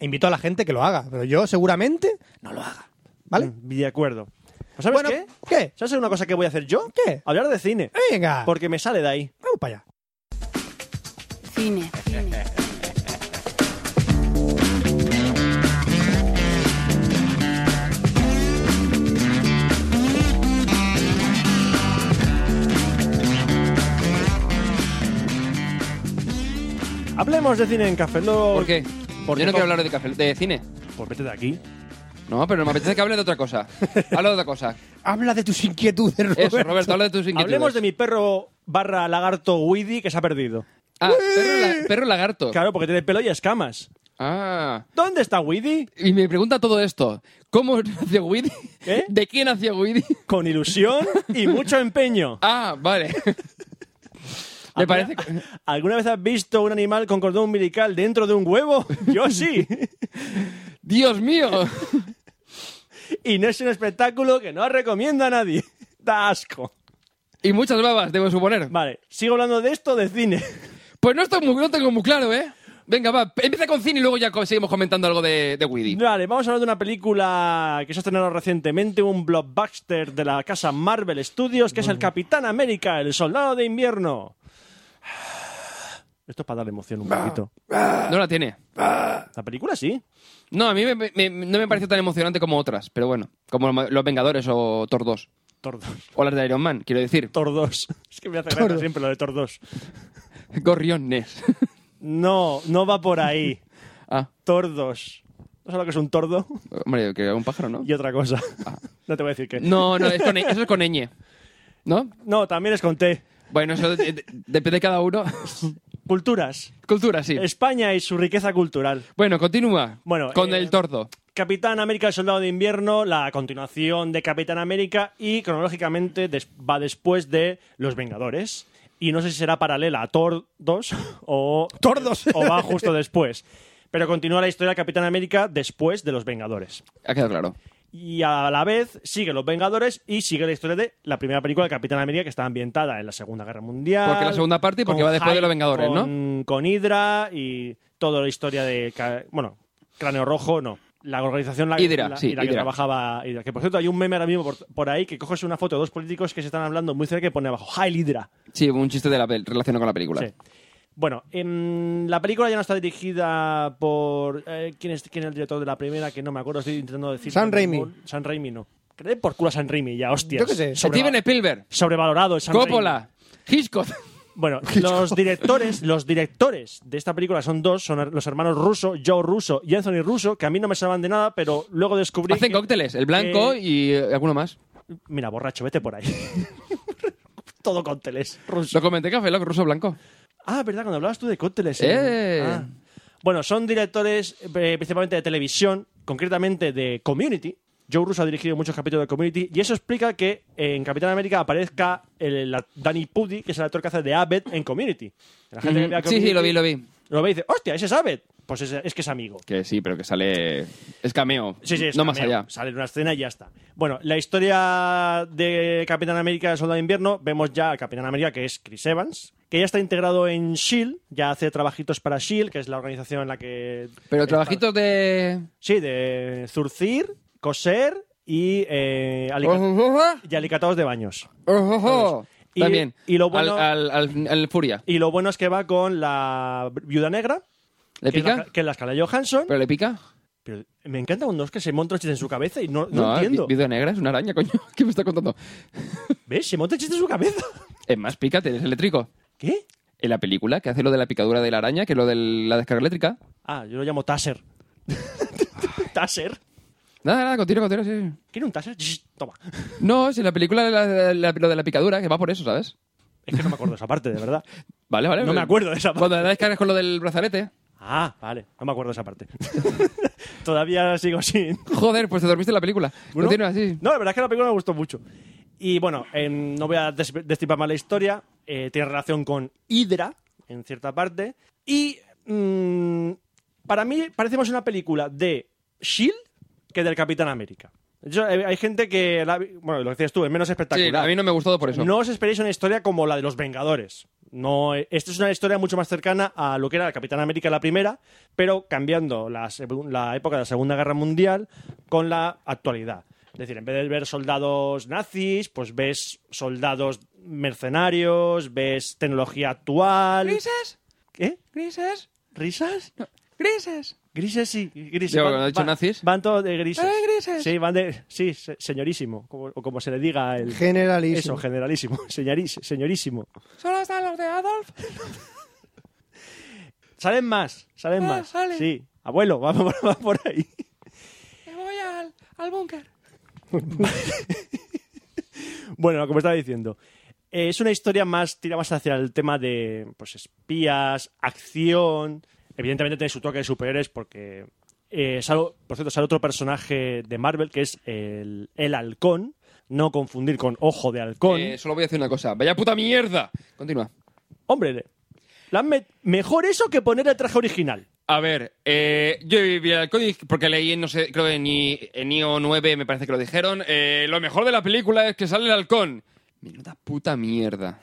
Speaker 3: Invito a la gente que lo haga, pero yo seguramente no lo haga. ¿Vale?
Speaker 2: Mm, De acuerdo. Pues, ¿Sabes
Speaker 3: Bueno,
Speaker 2: qué?
Speaker 3: ¿qué?
Speaker 2: ¿Sabes una cosa que voy a hacer yo?
Speaker 3: ¿Qué? Eh.
Speaker 2: Hablar de cine.
Speaker 3: Venga.
Speaker 2: Porque me sale de ahí.
Speaker 3: Vamos para allá.
Speaker 5: Cine. Cine.
Speaker 2: hablamos de cine en Café Lock.
Speaker 1: ¿Por qué?
Speaker 2: Porque
Speaker 1: Yo no
Speaker 2: to-
Speaker 1: quiero hablar de, café- de cine.
Speaker 2: Pues vete de aquí.
Speaker 1: No, pero me apetece que hable de otra
Speaker 3: <laughs>
Speaker 1: cosa. Habla de otra cosa.
Speaker 3: Habla de tus inquietudes, Roberto.
Speaker 1: Eso, Roberto, habla de tus inquietudes.
Speaker 2: Hablemos de mi perro barra lagarto Woody que se ha perdido.
Speaker 1: Ah, perro, la- perro lagarto.
Speaker 2: Claro, porque tiene pelo y escamas.
Speaker 1: Ah.
Speaker 2: ¿Dónde está Woody?
Speaker 1: Y me pregunta todo esto. ¿Cómo nació Woody?
Speaker 2: ¿Eh?
Speaker 1: ¿De quién nació Woody?
Speaker 2: Con ilusión y mucho empeño.
Speaker 1: Ah,
Speaker 2: <laughs>
Speaker 1: vale. Me parece...
Speaker 2: ¿Alguna- <laughs> ¿Alguna vez has visto un animal con cordón umbilical dentro de un huevo? <laughs> Yo sí.
Speaker 1: ¡Dios mío!
Speaker 2: y no es un espectáculo que no recomienda a nadie. <laughs> Da asco.
Speaker 1: Y muchas babas, debo suponer.
Speaker 2: Vale, sigo hablando de esto de cine.
Speaker 1: Pues no, estoy muy, no tengo muy claro, ¿eh? Venga, va. Empieza con cine y luego ya co- seguimos comentando algo de, de Woody.
Speaker 2: Vale, vamos a hablar de una película que se ha estrenado recientemente, un blockbuster de la casa Marvel Studios, que es el Capitán América, el Soldado de Invierno. <sighs> Esto es para darle emoción un poquito.
Speaker 1: No la tiene.
Speaker 2: La película sí.
Speaker 1: No, a mí me- me- no me pareció tan emocionante como otras, pero bueno. Como Los Vengadores o Thor 2.
Speaker 2: <laughs> Tordos.
Speaker 1: O las de Iron Man, quiero decir.
Speaker 2: Tordos. Es que me hace gracia siempre lo de Tordos.
Speaker 1: Gorriones. <laughs>
Speaker 2: No, no va por ahí.
Speaker 1: ah,
Speaker 2: Tordos. ¿No sabes lo que es un tordo? <laughs>
Speaker 1: hombre, que era un pájaro, ¿no?
Speaker 2: Y otra cosa. No te voy a decir qué.
Speaker 1: Ah. No, no, es con, e, eso es con ñ. ¿No?
Speaker 2: No, también les conté.
Speaker 1: Bueno, eso de- de- depende de cada uno. <laughs>
Speaker 2: Culturas.
Speaker 1: Cultura, sí.
Speaker 2: España y su riqueza cultural.
Speaker 1: Bueno, continúa.
Speaker 2: Bueno,
Speaker 1: con
Speaker 2: eh,
Speaker 1: el tordo.
Speaker 2: Capitán América, el Soldado de Invierno, la continuación de Capitán América y cronológicamente des- va después de Los Vengadores. Y no sé si será paralela a Thor 2 o,
Speaker 3: Tordos.
Speaker 2: o va justo después. Pero continúa la historia de Capitán América después de Los Vengadores.
Speaker 1: Ha quedado claro.
Speaker 2: Y a la vez sigue Los Vengadores y sigue la historia de la primera película de Capitán América que está ambientada en la Segunda Guerra Mundial.
Speaker 1: Porque la segunda parte y porque
Speaker 2: con
Speaker 1: va después de
Speaker 2: Hy-
Speaker 1: Los Vengadores, ¿no?
Speaker 2: con- Con Hydra y toda la historia de. ca- Bueno, Cráneo Rojo, no. La organización la,
Speaker 1: Hydra,
Speaker 2: la-
Speaker 1: sí,
Speaker 2: y la que
Speaker 1: Hydra.
Speaker 2: trabajaba Hydra. Que por cierto, hay un meme ahora mismo por, por ahí que coges una foto de dos políticos que se están hablando muy cerca que pone abajo Heil Hydra.
Speaker 1: Sí, un chiste de la pel- relacionado con la película.
Speaker 2: Sí. Bueno, em, la película ya no está dirigida por. eh, ¿quién, es, ¿Quién es el director de la primera? Que no me acuerdo, estoy intentando decir.
Speaker 3: Sam Raimi.
Speaker 2: San Raimi, no. Creed por culo a San Raimi, ya, hostias.
Speaker 3: Yo qué sé.
Speaker 2: Sobreva-
Speaker 1: Steven Spielberg,
Speaker 2: sobrevalorado el Sam Raimi.
Speaker 1: Coppola, Hitchcock. <laughs>
Speaker 3: <laughs>
Speaker 2: Bueno, los directores, los directores de esta película son dos, son los hermanos Russo, Joe Russo y Anthony Russo, que a mí no me salvan de nada, pero luego descubrí.
Speaker 1: Hacen
Speaker 2: que-
Speaker 1: cócteles, el blanco
Speaker 2: que-
Speaker 1: y eh, alguno más.
Speaker 2: Mira, borracho, vete por ahí. <laughs> Todo cócteles.
Speaker 1: Lo comenté café, lo ruso blanco.
Speaker 2: Ah, verdad, cuando hablabas tú de cócteles.
Speaker 1: Eh.
Speaker 2: Ah. Bueno, son directores eh, principalmente de televisión, concretamente de Community. Joe Russo ha dirigido muchos capítulos de Community y eso explica que eh, en Capitán América aparezca el, la- Danny Pudi, que es el actor que hace de Abed en Community. La gente que vea
Speaker 1: Sí, sí,
Speaker 2: Community
Speaker 1: lo vi, lo vi.
Speaker 2: lo ve y dice, hostia, ese es Abed. Pues es, es que es amigo.
Speaker 1: Que sí, pero que sale. Es cameo.
Speaker 2: Sí, sí, es
Speaker 1: no
Speaker 2: cameo.
Speaker 1: más allá.
Speaker 2: Sale en una escena y ya está. Bueno, la historia de Capitán América el Soldado de Invierno, vemos ya al Capitán América, que es Chris Evans, que ya está integrado en S.H.I.E.L.D., E ya hace trabajitos para S.H.I.E.L.D., E que es la organización en la que...
Speaker 1: Pero
Speaker 2: está-
Speaker 1: trabajitos de.
Speaker 2: Sí, de zurcir, coser y, eh,
Speaker 1: Oh.
Speaker 2: alica- y alicatados de baños.
Speaker 1: Ojo, ojo.
Speaker 2: Y-
Speaker 1: oh, También.
Speaker 2: y lo bueno-
Speaker 1: Al, al, al- al Furia.
Speaker 2: Y lo bueno es que va con la Viuda Negra,
Speaker 1: ¿Le
Speaker 2: que es la-
Speaker 1: pica?
Speaker 2: que es la escala Johansson.
Speaker 1: ¿Pero le pica?
Speaker 2: Pero me encanta cuando es que se monta un chiste en su cabeza y no, no
Speaker 1: No,
Speaker 2: entiendo.
Speaker 1: Vida negra es una araña, coño. <laughs> ¿Qué me está contando?
Speaker 2: ¿Ves? Se monta un chiste en su cabeza. <laughs>
Speaker 1: Es más, pícate, es eléctrico.
Speaker 2: ¿Qué?
Speaker 1: En la película, que hace lo de la picadura de la araña, que es lo de la descarga eléctrica.
Speaker 2: Ah, yo lo llamo Taser. <laughs> ¿Taser?
Speaker 1: Nada, nada, continúa, continúa, sí. sí.
Speaker 2: ¿Quiere un Taser? Shh, Toma.
Speaker 1: No, si en la película la- la- lo de la picadura, que va por eso, ¿sabes?
Speaker 2: Es que no me acuerdo esa parte, de verdad.
Speaker 1: Vale, vale.
Speaker 2: No me acuerdo de esa parte.
Speaker 1: Cuando la descargas con lo del brazalete.
Speaker 2: Ah, vale. No me acuerdo de esa parte. <laughs> Todavía sigo sin...
Speaker 1: Joder, pues te dormiste en la película.
Speaker 2: Bueno,
Speaker 1: Continúa, sí.
Speaker 2: No, la verdad es que la película me gustó mucho. Y bueno, em, no voy a des- destripar más la historia. Eh, tiene relación con Hydra, en cierta parte. Y mm, para mí parece más una película de Shield E que del Capitán América. Yo- eh, hay gente que, la vi- bueno, lo decías tú, es menos
Speaker 1: Sí,
Speaker 2: espectacular.
Speaker 1: a mí no me gustó por eso. Eh,
Speaker 2: No os esperéis una historia como la de los Vengadores. No, eh, esta es una historia mucho más cercana a lo que era el Capitán América la primera, pero cambiando la, segu- la época de la Segunda Guerra Mundial con la actualidad. Es decir, en vez de ver soldados nazis, pues ves soldados mercenarios, ves tecnología actual.
Speaker 4: ¿Grises?
Speaker 2: ¿Qué?
Speaker 4: ¿Grises?
Speaker 2: ¿Risas?
Speaker 4: ¿Grises?
Speaker 2: Grises sí, grises.
Speaker 1: Yo, cuando he dicho nazis.
Speaker 2: Van todos de grises.
Speaker 4: Ah, grises.
Speaker 2: Sí, van de. Sí, se- señorísimo, como- o como se le diga el.
Speaker 3: Generalísimo.
Speaker 2: Eso, <laughs> generalísimo. Señorís- señorísimo.
Speaker 4: ¿Solo están los de Adolf?
Speaker 2: Salen más, salen
Speaker 4: Ah,
Speaker 2: más.
Speaker 4: sale.
Speaker 2: Sí, abuelo, va, va- va por ahí. <laughs>
Speaker 4: Me voy al, al búnker.
Speaker 2: Bueno, como estaba diciendo, eh, es una historia más, tira más hacia el tema de pues espías, acción. Evidentemente tiene su toque de superhéroes porque eh, sale- por cierto, sale otro personaje de Marvel que es el, el halcón. No confundir con Ojo de Halcón.
Speaker 1: Eh, solo voy a decir una cosa. ¡Vaya puta mierda! Continúa.
Speaker 2: Hombre, la han met- mejor eso que poner el traje original.
Speaker 1: A ver, eh, yo viví el código porque leí, en, no sé, creo que en, I- en IO 9 me parece que lo dijeron. eh, lo mejor de la película es que sale el halcón. Menuda puta mierda.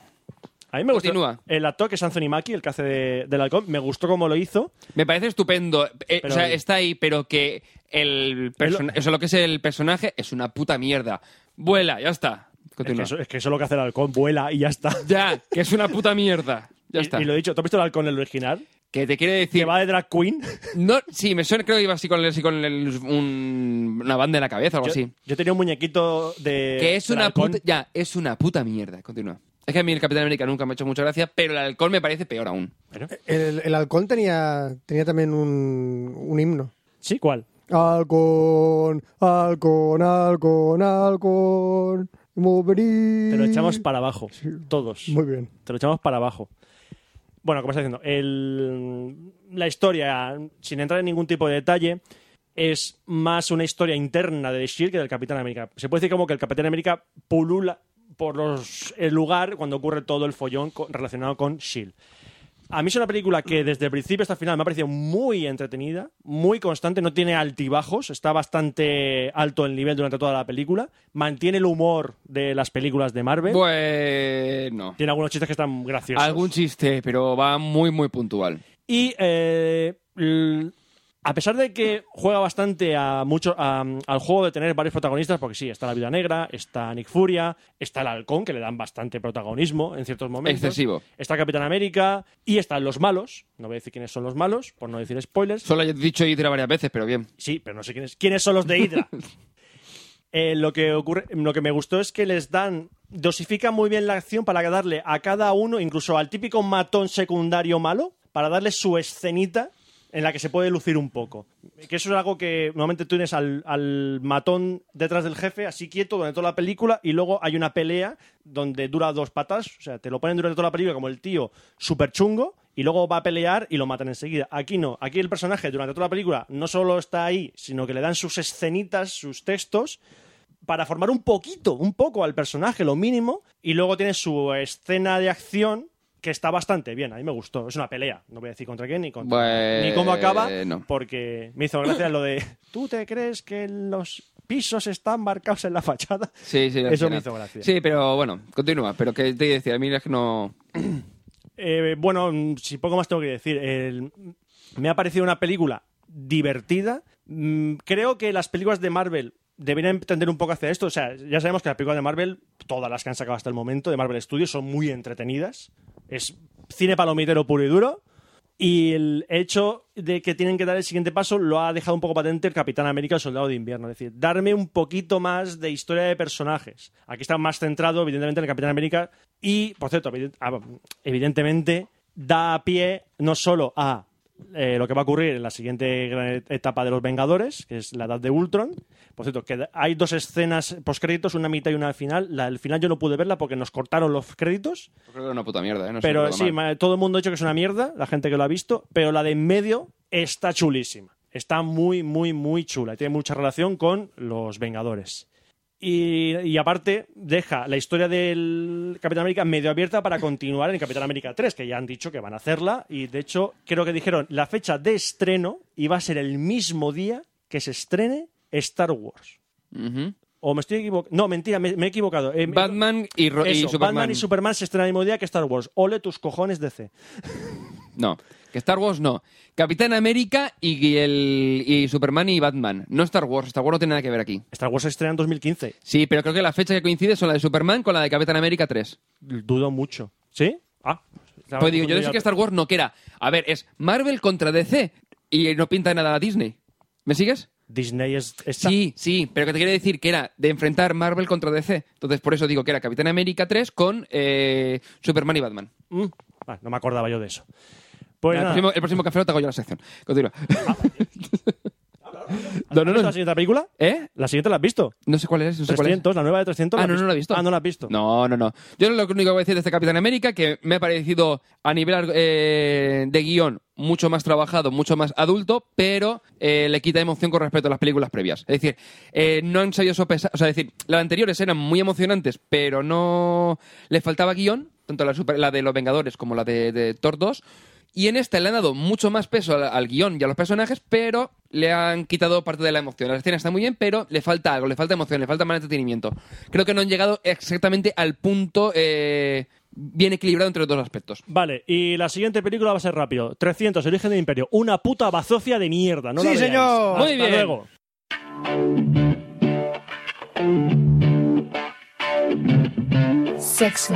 Speaker 2: A mí me
Speaker 1: Continúa.
Speaker 2: gustó. El actor que es Anthony Mackie, el que hace de- del halcón, me gustó cómo lo hizo.
Speaker 1: Me parece estupendo. eh,
Speaker 2: Pero-
Speaker 1: o sea, está ahí, pero que el personaje, o sea, lo que es el personaje es una puta mierda. Vuela, ya está.
Speaker 2: Es que,
Speaker 1: Continúa.
Speaker 2: eso, es que eso es lo que hace el halcón, vuela y ya está.
Speaker 1: Ya, que es una puta
Speaker 2: <laughs>
Speaker 1: mierda. Ya
Speaker 2: Y-
Speaker 1: está.
Speaker 2: Y, lo he dicho, ¿tú has visto el halcón en el original?
Speaker 1: Que te quiere
Speaker 2: Que
Speaker 1: decir.
Speaker 2: va de drag queen.
Speaker 1: No, sí, me suena, creo que iba así con, el- así con el- un- una banda en la cabeza o algo
Speaker 2: Yo,
Speaker 1: así.
Speaker 2: yo tenía un muñequito de.
Speaker 1: Oh, Que es
Speaker 2: del
Speaker 1: una
Speaker 2: halcón.
Speaker 1: puta. Ya, es una puta mierda. Continúa. Es que a mí el Capitán América nunca me ha hecho mucha gracia, pero el alcohol me parece peor aún.
Speaker 9: El, el halcón tenía, tenía también un, un himno.
Speaker 2: Sí, ¿cuál?
Speaker 9: Halcón, halcón, halcón, halcón. Moverí.
Speaker 2: Te lo echamos para abajo. Todos.
Speaker 9: Muy bien.
Speaker 2: Te lo echamos para abajo. Bueno, como está diciendo, el- la historia, sin entrar en ningún tipo de detalle, es más una historia interna de Shield que del Capitán América. Se puede decir como que el Capitán América pulula por los- el lugar cuando ocurre todo el follón co- relacionado con Shield. A mí es una película que desde el principio hasta el final me ha parecido muy entretenida, muy constante, no tiene altibajos, está bastante alto el nivel durante toda la película, mantiene el humor de las películas de Marvel.
Speaker 1: Bueno.
Speaker 2: Tiene algunos chistes que están graciosos.
Speaker 1: Algún chiste, pero va muy, muy puntual.
Speaker 2: Y eh, l- a pesar de que juega bastante a mucho, a- al juego de tener varios protagonistas, porque sí, está la Vida Negra, está Nick Furia, está el Halcón, que le dan bastante protagonismo en ciertos momentos.
Speaker 1: Excesivo.
Speaker 2: Está Capitán América y están los malos. No voy a decir quiénes son los malos, por no decir spoilers.
Speaker 1: Solo he dicho Hydra varias veces, pero bien.
Speaker 2: Sí, pero no sé quiénes, quiénes son los de Hydra. Eh, lo, que ocurre, lo que me gustó es que les dan. Dosifican muy bien la acción para darle a cada uno, incluso al típico matón secundario malo, para darle su escenita en la que se puede lucir un poco. Que eso es algo que normalmente tú tienes al, al matón detrás del jefe, así quieto durante toda la película, y luego hay una pelea donde dura dos patas, o sea, te lo ponen durante toda la película como el tío súper chungo, y luego va a pelear y lo matan enseguida. Aquí no, aquí el personaje durante toda la película no solo está ahí, sino que le dan sus escenitas, sus textos, para formar un poquito, un poco al personaje, lo mínimo, y luego tiene su escena de acción que está bastante bien, a mí me gustó, es una pelea, no voy a decir contra quién ni contra ni cómo acaba,
Speaker 1: Bueno.
Speaker 2: porque me hizo gracia lo de ¿tú te crees que los pisos están marcados en la fachada?
Speaker 1: Sí, sí, la
Speaker 2: Eso
Speaker 1: escena.
Speaker 2: me hizo gracia.
Speaker 1: Sí, pero bueno, continúa. Pero que te iba a decir, a mí es que no.
Speaker 2: Eh, bueno, mm, si poco más tengo que decir. El- me ha parecido una película divertida. Mm, Creo que las películas de Marvel deberían tender un poco hacia esto. O sea, ya sabemos que las películas de Marvel, todas las que han sacado hasta el momento de Marvel Studios, son muy entretenidas. Es cine palomitero puro y duro. Y el hecho de que tienen que dar el siguiente paso lo ha dejado un poco patente el Capitán América, el Soldado de Invierno. Es decir, darme un poquito más de historia de personajes. Aquí está más centrado, evidentemente, en el Capitán América. Y, por cierto, evident- ah, evidentemente, da pie no solo a eh, lo que va a ocurrir en la siguiente gran e-, etapa de los Vengadores, que es la edad de Ultron. Por cierto, que hay dos escenas postcréditos, una mitad y una final. La del final yo no pude verla porque nos cortaron los créditos.
Speaker 1: Creo que era una puta mierda, ¿eh? No sé,
Speaker 2: Pero
Speaker 1: recuerdo
Speaker 2: sí,
Speaker 1: mal.
Speaker 2: ma- todo el mundo ha dicho que es una mierda, la gente que lo ha visto, pero la de en medio está chulísima. Está muy, muy, muy chula y tiene mucha relación con los Vengadores. Y, y aparte, deja la historia del Capitán América medio abierta para continuar en Capitán América 3, que ya han dicho que van a hacerla. Y de hecho, creo que dijeron la fecha de estreno iba a ser el mismo día que se estrene Star Wars.
Speaker 1: Ujú.
Speaker 2: O me estoy equivocando. No, mentira, me, me he equivocado. Eh,
Speaker 1: Batman y, Ro- y
Speaker 2: eso,
Speaker 1: Superman.
Speaker 2: Batman y Superman se estrenan el mismo día que Star Wars. Ole tus cojones DC.
Speaker 1: No, que Star Wars no. Capitán América y, el, y Superman y Batman. No Star Wars. Star Wars no tiene nada que ver aquí.
Speaker 2: Star Wars se estrena en 2015.
Speaker 1: Sí, pero creo que la fecha que coincide son la de Superman con la de Capitán América 3.
Speaker 2: Dudo mucho. ¿Sí? Ah. Estaba
Speaker 1: Pues digo, yo
Speaker 2: confundido
Speaker 1: decía
Speaker 2: ya.
Speaker 1: que Star Wars no, que era. A ver, es Marvel contra DC y no pinta nada a Disney. ¿Me sigues?
Speaker 2: Disney es. está-
Speaker 1: Sí, sí, pero que te quiere decir que era de enfrentar Marvel contra DC. Entonces, por eso digo que era Capitán América 3 con eh, Superman y Batman.
Speaker 2: Ah, Mm. Vale, no me acordaba yo de eso. Pues
Speaker 1: el,
Speaker 2: nada.
Speaker 1: próximo, el próximo café lo te hago yo la sección. Continúa. <laughs>
Speaker 2: Ah,
Speaker 1: no, no,
Speaker 2: ¿Has visto
Speaker 1: no.
Speaker 2: la siguiente película?
Speaker 1: ¿Eh?
Speaker 2: ¿La siguiente la has visto?
Speaker 1: No sé cuál es. No sé cuál es.
Speaker 2: 300, la nueva de 300.
Speaker 1: Ah,
Speaker 2: has
Speaker 1: no, no la he visto.
Speaker 2: Ah, no la has visto.
Speaker 1: No, no, no. Yo lo único que voy a decir de este Capitán América, que me ha parecido a nivel eh, de guión mucho más trabajado, mucho más adulto, pero eh, le quita emoción con respecto a las películas previas. Es decir, eh, no han sabido sopesar... O sea, es decir, las anteriores eran muy emocionantes, pero no... Le faltaba guión, tanto la, super- la de Los Vengadores como la de, de Thor 2. Y en esta le han dado mucho más peso al, al guión y a los personajes, pero le han quitado parte de la emoción. La escena está muy bien, pero le falta algo, le falta emoción, le falta más entretenimiento. Creo que no han llegado exactamente al punto eh, bien equilibrado entre los dos aspectos.
Speaker 2: Vale, y la siguiente película va a ser rápido. 300, El origen del imperio. Una puta bazofia de mierda, ¿no?
Speaker 7: Sí,
Speaker 2: la veáis.
Speaker 7: señor.
Speaker 2: Hasta
Speaker 1: Muy bien.
Speaker 2: luego.
Speaker 5: Sexo.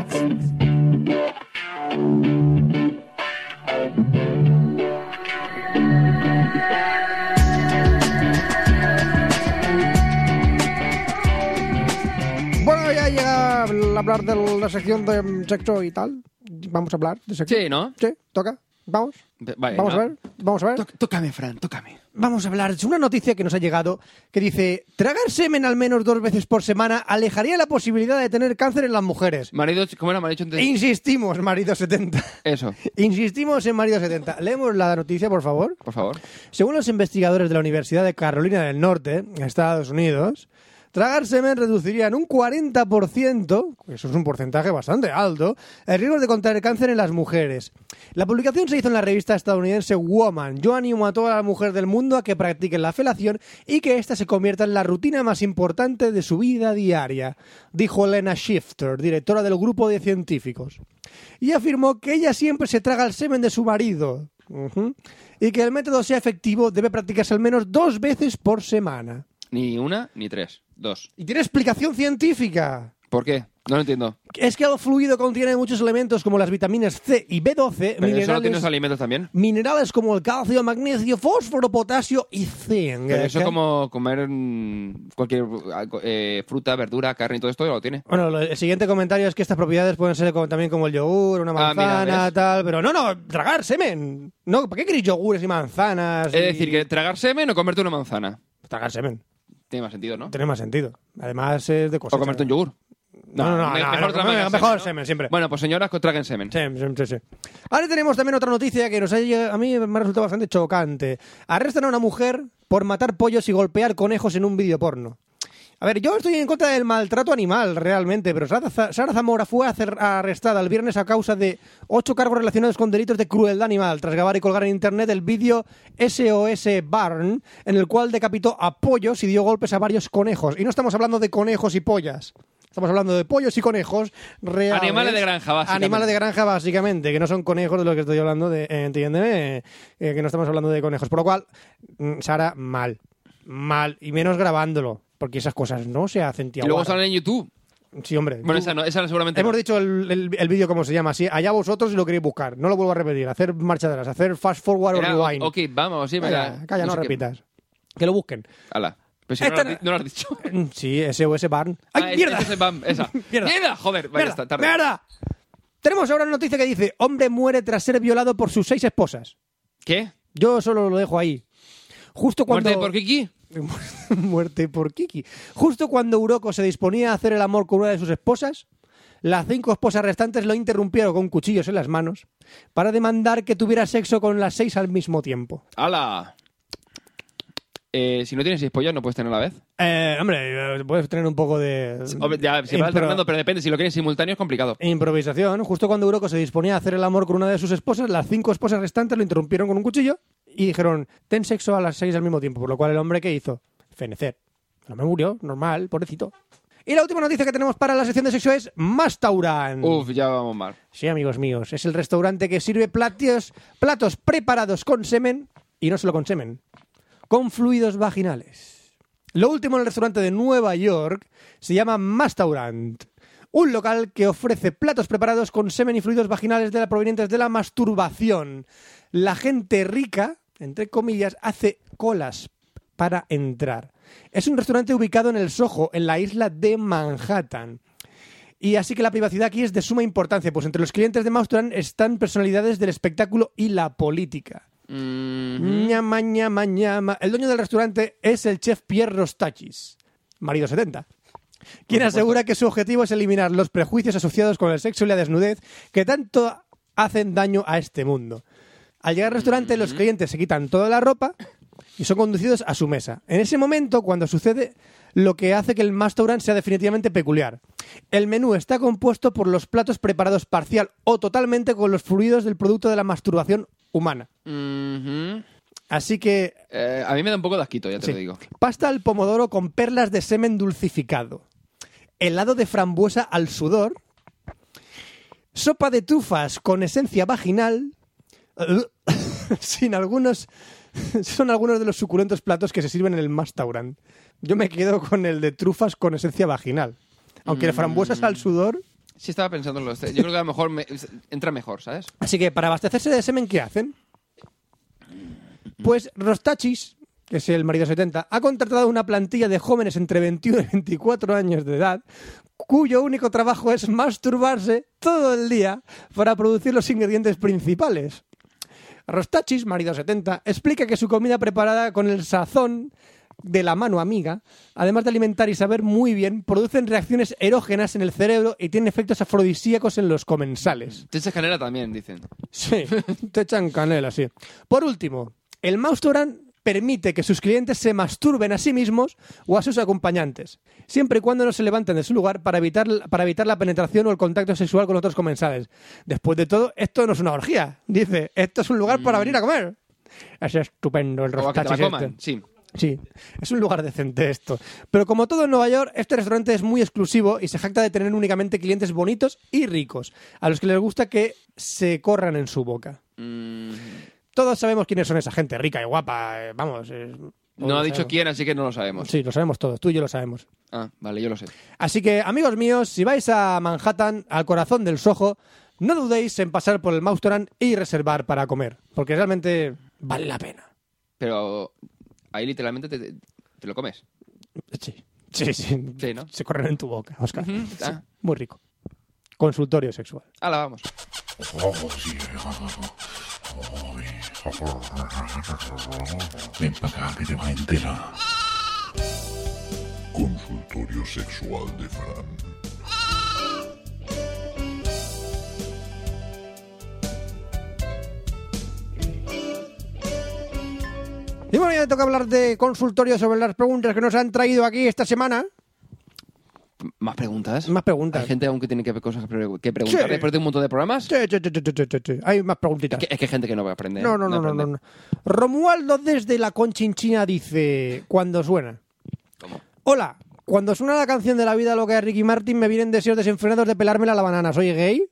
Speaker 8: Bueno, ya llega a hablar de la sección de mm, sexo y tal. Vamos a hablar de sexo.
Speaker 1: Sí, ¿no?
Speaker 8: Sí, toca. Vamos.
Speaker 1: Vale,
Speaker 8: vamos
Speaker 1: ¿no?
Speaker 8: a ver. Vamos a ver.
Speaker 1: Tócame, Fran, tócame.
Speaker 3: Vamos a hablar de una noticia que nos ha llegado que dice: tragar semen al menos dos veces por semana alejaría la posibilidad de tener cáncer en las mujeres.
Speaker 1: Marido, ¿cómo era? Me han dicho antes.
Speaker 3: Insistimos, marido 70.
Speaker 1: Eso,
Speaker 3: <laughs> Insistimos en marido 70. Leemos la noticia, por favor.
Speaker 1: por favor.
Speaker 3: Según los investigadores de la Universidad de Carolina del Norte, en Estados Unidos, tragar semen reduciría en un 40%, que eso es un porcentaje bastante alto, el riesgo de contraer cáncer en las mujeres. La publicación se hizo en la revista estadounidense Woman. Yo animo a toda la mujer del mundo a que practiquen la felación y que ésta se convierta en la rutina más importante de su vida diaria, dijo Elena Shifter, directora del grupo de científicos y afirmó que ella siempre se traga el semen de su marido. Ujú. Y que el método sea efectivo debe practicarse al menos dos veces por semana.
Speaker 1: Ni una, ni tres. Dos.
Speaker 3: Y tiene explicación científica.
Speaker 1: ¿Por qué? No lo entiendo.
Speaker 8: Eh,
Speaker 3: Es que el fluido contiene muchos elementos como las vitaminas C y B12,
Speaker 1: Pero eso no tiene
Speaker 3: minerales,
Speaker 1: los alimentos también.
Speaker 3: minerales como el calcio, magnesio, fósforo, potasio y zinc.
Speaker 1: Pero eso
Speaker 3: ¿Qué?
Speaker 1: es como comer mm, cualquier eh, fruta, verdura, carne y todo esto, lo tiene.
Speaker 3: Bueno, lo- el siguiente comentario es que estas propiedades pueden ser como- también como el yogur, una
Speaker 1: Ah, mira,
Speaker 3: manzana,
Speaker 1: ¿ves?
Speaker 3: tal, pero no, no, tragar semen. No, ¿para qué queréis yogures y manzanas?
Speaker 1: Es
Speaker 3: y-
Speaker 1: decir, que tragar semen o comerte una manzana.
Speaker 3: tragar semen.
Speaker 1: Tiene más sentido, ¿no?
Speaker 3: Tiene más sentido. Además es de
Speaker 1: O
Speaker 3: cosecha.
Speaker 1: comerte un yogur.
Speaker 3: No, no, no.
Speaker 1: me-
Speaker 3: no, no,
Speaker 1: otra
Speaker 3: no,
Speaker 1: manga
Speaker 3: mejor
Speaker 1: semen, ¿no?
Speaker 3: semen, siempre.
Speaker 1: Bueno, pues señoras, que traguen semen.
Speaker 3: Sí, sí, sí, sí. Ahora tenemos también otra noticia que nos ha llegado- a mí me ha resultado bastante chocante. Arrestan a una mujer por matar pollos y golpear conejos en un vídeo porno. A ver, yo estoy en contra del maltrato animal, realmente, pero Sara Za- Sara Zamora fue acer- arrestada el viernes a causa de ocho cargos relacionados con delitos de crueldad animal, tras grabar y colgar en internet el vídeo SOS Barn, en el cual decapitó a pollos y dio golpes a varios conejos. Y no estamos hablando de conejos y pollas. Estamos hablando de pollos y conejos reales.
Speaker 1: Animales de granja, básicamente.
Speaker 3: Animales de granja, básicamente, que no son conejos de los que estoy hablando, de, eh, entiéndeme, eh, que no estamos hablando de conejos. Por lo cual, mm, Sara, mal. Mal. Y menos grabándolo, porque esas cosas no se hacen, tía.
Speaker 1: Y luego
Speaker 3: guarra.
Speaker 1: salen en YouTube.
Speaker 3: Sí, hombre.
Speaker 1: Bueno,
Speaker 3: Tú-
Speaker 1: esa no, esa seguramente
Speaker 3: Hemos
Speaker 1: no.
Speaker 3: dicho el, el- el vídeo cómo se llama, así allá vosotros si lo queréis buscar. No lo vuelvo a repetir. Hacer marcha atrás, hacer fast forward
Speaker 1: Era,
Speaker 3: o rewind.
Speaker 1: ok, vamos, sí,
Speaker 3: Calla,
Speaker 1: venga.
Speaker 3: calla, no,
Speaker 1: sé qué.
Speaker 3: repitas. Que lo busquen.
Speaker 1: Ala. Pero si no,
Speaker 3: Esta
Speaker 1: lo has, di- no lo has dicho.
Speaker 3: Mm, Sí, SOS Barn. ¡Ay,
Speaker 1: Ah, es-
Speaker 3: mierda!
Speaker 1: ese es el bam, esa.
Speaker 3: <laughs> Mierda.
Speaker 1: Joder, vaya,
Speaker 3: ¡Mierda!
Speaker 1: está tarde.
Speaker 3: ¡Mierda! Tenemos ahora una noticia que dice: Hombre muere tras ser violado por sus seis esposas.
Speaker 1: ¿Qué?
Speaker 3: Yo solo lo dejo ahí. Justo cuando.
Speaker 1: ¿Muerte por Kiki?
Speaker 3: <laughs> Muerte por Kiki. Justo cuando Uroko se disponía a hacer el amor con una de sus esposas, las cinco esposas restantes lo interrumpieron con cuchillos en las manos para demandar que tuviera sexo con las seis al mismo tiempo.
Speaker 1: ¡Hala! Eh, si no tienes seis pollas, no puedes tener a la vez.
Speaker 3: Eh, hombre, eh, puedes tener un poco de.
Speaker 1: Hombre, ya, si vas
Speaker 3: <laughs> impro-
Speaker 1: alternando, pero depende. Si lo quieres simultáneo, es complicado.
Speaker 3: Improvisación. Justo cuando Uroko se disponía a hacer el amor con una de sus esposas, las cinco esposas restantes lo interrumpieron con un cuchillo y dijeron, ten sexo a las seis al mismo tiempo. Por lo cual el hombre, ¿qué hizo? Fenecer. El hombre murió, normal, pobrecito. Y la última noticia que tenemos para la sección de sexo es Mastaurant.
Speaker 1: Uf, ya vamos mal.
Speaker 3: Sí, amigos míos, es el restaurante que sirve platos, platos preparados con semen, y no solo con semen, con fluidos vaginales. Lo último en el restaurante de Nueva York se llama Mastaurant, un local que ofrece platos preparados con semen y fluidos vaginales de la provenientes de la masturbación. La gente rica, entre comillas, hace colas para entrar. Es un restaurante ubicado en el Soho, en la isla de Manhattan. Y así que la privacidad aquí es de suma importancia, pues entre los clientes de Maustrand están personalidades del espectáculo y la política.
Speaker 1: Mm-hmm.
Speaker 3: Ñama, ñama, ñama. El dueño del restaurante es el chef Pierre Rostachis, marido 70. Quien asegura que su objetivo es eliminar los prejuicios asociados con el sexo y la desnudez que tanto hacen daño a este mundo. Al llegar al restaurante, los clientes se quitan toda la ropa y son conducidos a su mesa. En ese momento, cuando sucede lo que hace que el restaurante sea definitivamente peculiar. El menú está compuesto por los platos preparados parcial o totalmente con los fluidos del producto de la masturbación humana.
Speaker 1: Ujú.
Speaker 3: Así que
Speaker 1: Eh, a mí me da un poco de asquito, ya te lo
Speaker 3: Sí.
Speaker 1: digo.
Speaker 3: Pasta al pomodoro con perlas de semen dulcificado. Helado de frambuesa al sudor. Sopa de trufas con esencia vaginal. <laughs> Sin algunos. Son algunos de los suculentos platos que se sirven en el Mastaurant. Yo me quedo con el de trufas con esencia vaginal. Aunque de
Speaker 1: Mm.
Speaker 3: frambuesas al sudor.
Speaker 1: Sí, estaba pensando en los tres. Yo creo que a lo mejor me- entra mejor, ¿sabes?
Speaker 3: Así que para abastecerse de semen, ¿qué hacen? Pues Rostachis, que es el marido 70, ha contratado una plantilla de jóvenes entre 21 y 24 años de edad, cuyo único trabajo es masturbarse todo el día para producir los ingredientes principales. Rostachis, marido 70, explica que su comida preparada con el sazón de la mano amiga, además de alimentar y saber muy bien, producen reacciones erógenas en el cerebro y tienen efectos afrodisíacos en los comensales.
Speaker 1: Te echas canela también, dicen.
Speaker 3: Sí, te echan canela, sí. Por último, el Maustoran permite que sus clientes se masturben a sí mismos o a sus acompañantes, siempre y cuando no se levanten de su lugar para evitar, para evitar la penetración o el contacto sexual con otros comensales. Después de todo, esto no es una orgía, dice, esto es un lugar para venir a comer. Es estupendo el
Speaker 1: O a Mm. que te
Speaker 3: rostachis
Speaker 1: la
Speaker 3: este.
Speaker 1: coman, sí.
Speaker 3: Sí, es un lugar decente esto. Pero como todo en Nueva York, este restaurante es muy exclusivo y se jacta de tener únicamente clientes bonitos y ricos, a los que les gusta que se corran en su boca.
Speaker 1: Mm,
Speaker 3: Todos sabemos quiénes son esa gente rica y guapa, eh, vamos. eh, todos
Speaker 1: No
Speaker 3: lo
Speaker 1: ha dicho
Speaker 3: sabemos.
Speaker 1: quién, así que no lo sabemos.
Speaker 3: Sí, lo sabemos todos, tú y yo lo sabemos.
Speaker 1: Ah, vale, yo lo sé.
Speaker 3: Así que, amigos míos, si vais a Manhattan, al corazón del Soho, no dudéis en pasar por el Maustoran y reservar para comer, porque realmente vale la pena.
Speaker 1: Pero ahí literalmente te, te lo comes.
Speaker 3: Sí, sí, sí.
Speaker 1: Sí, ¿no?
Speaker 3: Se corren en tu boca, Oscar.
Speaker 1: Ah,
Speaker 3: Muy rico. Consultorio sexual.
Speaker 1: ala, vamos.
Speaker 10: Ven para acá que te va a enterar. Consultorio sexual de Fran.
Speaker 3: Y bueno, ya me toca hablar de consultorio sobre las preguntas que nos han traído aquí esta semana.
Speaker 1: ¿Más preguntas?
Speaker 3: Más preguntas.
Speaker 1: Hay gente aún que tiene que, cosas que pre- que preguntar
Speaker 3: Sí.
Speaker 1: después de un montón de programas.
Speaker 3: Sí, sí, sí, sí, sí, sí, sí. Hay más preguntitas.
Speaker 1: Que- es que hay gente que no va a aprender.
Speaker 3: No, no, no, no,
Speaker 1: aprende.
Speaker 3: no, no. Romualdo desde la Conchinchina dice, cuando suena. Hola, cuando suena la canción de la vida loca de Ricky Martin me vienen deseos desenfrenados de pelármela la banana. ¿Soy gay?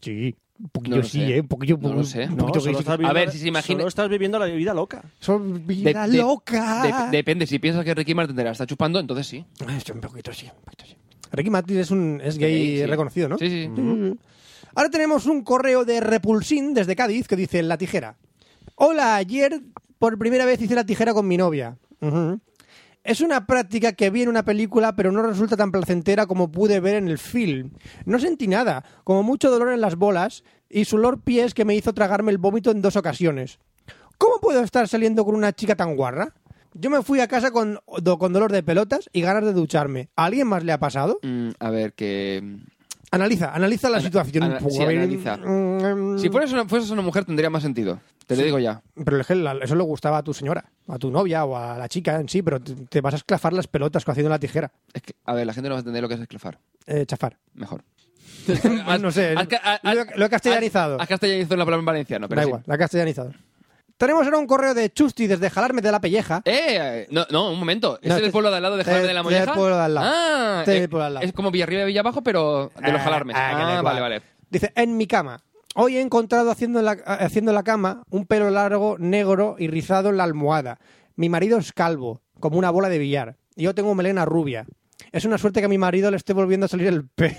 Speaker 3: Sí, un poquillo
Speaker 1: No lo
Speaker 3: sí,
Speaker 1: sé.
Speaker 3: ¿eh? Un poquillo...
Speaker 1: No lo sé.
Speaker 3: un
Speaker 2: No,
Speaker 3: poquillo
Speaker 2: solo
Speaker 3: gay.
Speaker 2: estás viviendo
Speaker 1: A ver,
Speaker 2: la-
Speaker 1: si se imagina-
Speaker 2: Solo estás viviendo la vida loca.
Speaker 3: Son
Speaker 1: De-
Speaker 3: vida
Speaker 1: de-
Speaker 3: loca.
Speaker 1: de- depende, si piensas que Ricky Martin te la está chupando, entonces sí.
Speaker 3: Ah, esto un poquito sí, un poquito sí. Ricky Martin es, un, es gay
Speaker 1: Sí, sí.
Speaker 3: reconocido, ¿no? Mm.
Speaker 1: Sí, sí.
Speaker 3: Ahora tenemos un correo de Repulsín desde Cádiz que dice La tijera. Hola, ayer por primera vez hice la tijera con mi novia. Ujú. Es una práctica que vi en una película, pero no resulta tan placentera como pude ver en el film. No sentí nada, como mucho dolor en las bolas y su olor pies que me hizo tragarme el vómito en dos ocasiones. ¿Cómo puedo estar saliendo con una chica tan guarra? Yo me fui a casa con, do- con dolor de pelotas y ganas de ducharme. ¿A alguien más le ha pasado?
Speaker 1: Mm, a ver, que... mm,
Speaker 3: Analiza, analiza la
Speaker 1: Ana-
Speaker 3: situación
Speaker 1: ana-
Speaker 3: un poco.
Speaker 1: sí,
Speaker 3: A ver,
Speaker 1: analiza.
Speaker 3: mm,
Speaker 1: Si fueras una, fueras una mujer tendría más sentido. Te lo digo ya.
Speaker 3: Pero es que la- eso le gustaba a tu señora, a tu novia o a la chica en sí, pero te, te vas a esclafar las pelotas haciendo la tijera.
Speaker 1: Es que, a ver, la gente no va a entender lo que es esclafar.
Speaker 3: Eh,
Speaker 1: <laughs>
Speaker 3: chafar.
Speaker 1: Mejor.
Speaker 3: Ah, <laughs> no sé,
Speaker 1: Has ca- has-
Speaker 3: lo-
Speaker 1: has-
Speaker 3: lo he castellanizado.
Speaker 1: Has, has castellanizado la palabra en valenciano, pero
Speaker 3: da
Speaker 1: sí.
Speaker 3: igual, la castellanizado. Tenemos ahora un correo de Chusti desde Jalarme de la Pelleja.
Speaker 1: Eh, no, no, un momento. ¿Es
Speaker 3: No,
Speaker 1: el
Speaker 3: este-
Speaker 1: pueblo de al lado de
Speaker 3: este-
Speaker 1: Jalarme de la
Speaker 3: este es el
Speaker 1: Molleja?
Speaker 3: pueblo de al lado.
Speaker 1: Ah,
Speaker 3: Este es el
Speaker 1: eh,
Speaker 3: pueblo de al lado.
Speaker 1: Es como Villarriba y Villabajo, pero de los Jalarmes.
Speaker 3: Ah, que da
Speaker 1: Ah,
Speaker 3: igual.
Speaker 1: vale, vale.
Speaker 3: Dice, en mi cama. Hoy he encontrado haciendo la, haciendo la cama un pelo largo, negro y rizado en la almohada. Mi marido es calvo, como una bola de billar. Y Yo tengo melena rubia. Es una suerte que a mi marido le esté volviendo a salir
Speaker 1: <laughs>
Speaker 3: el pelo.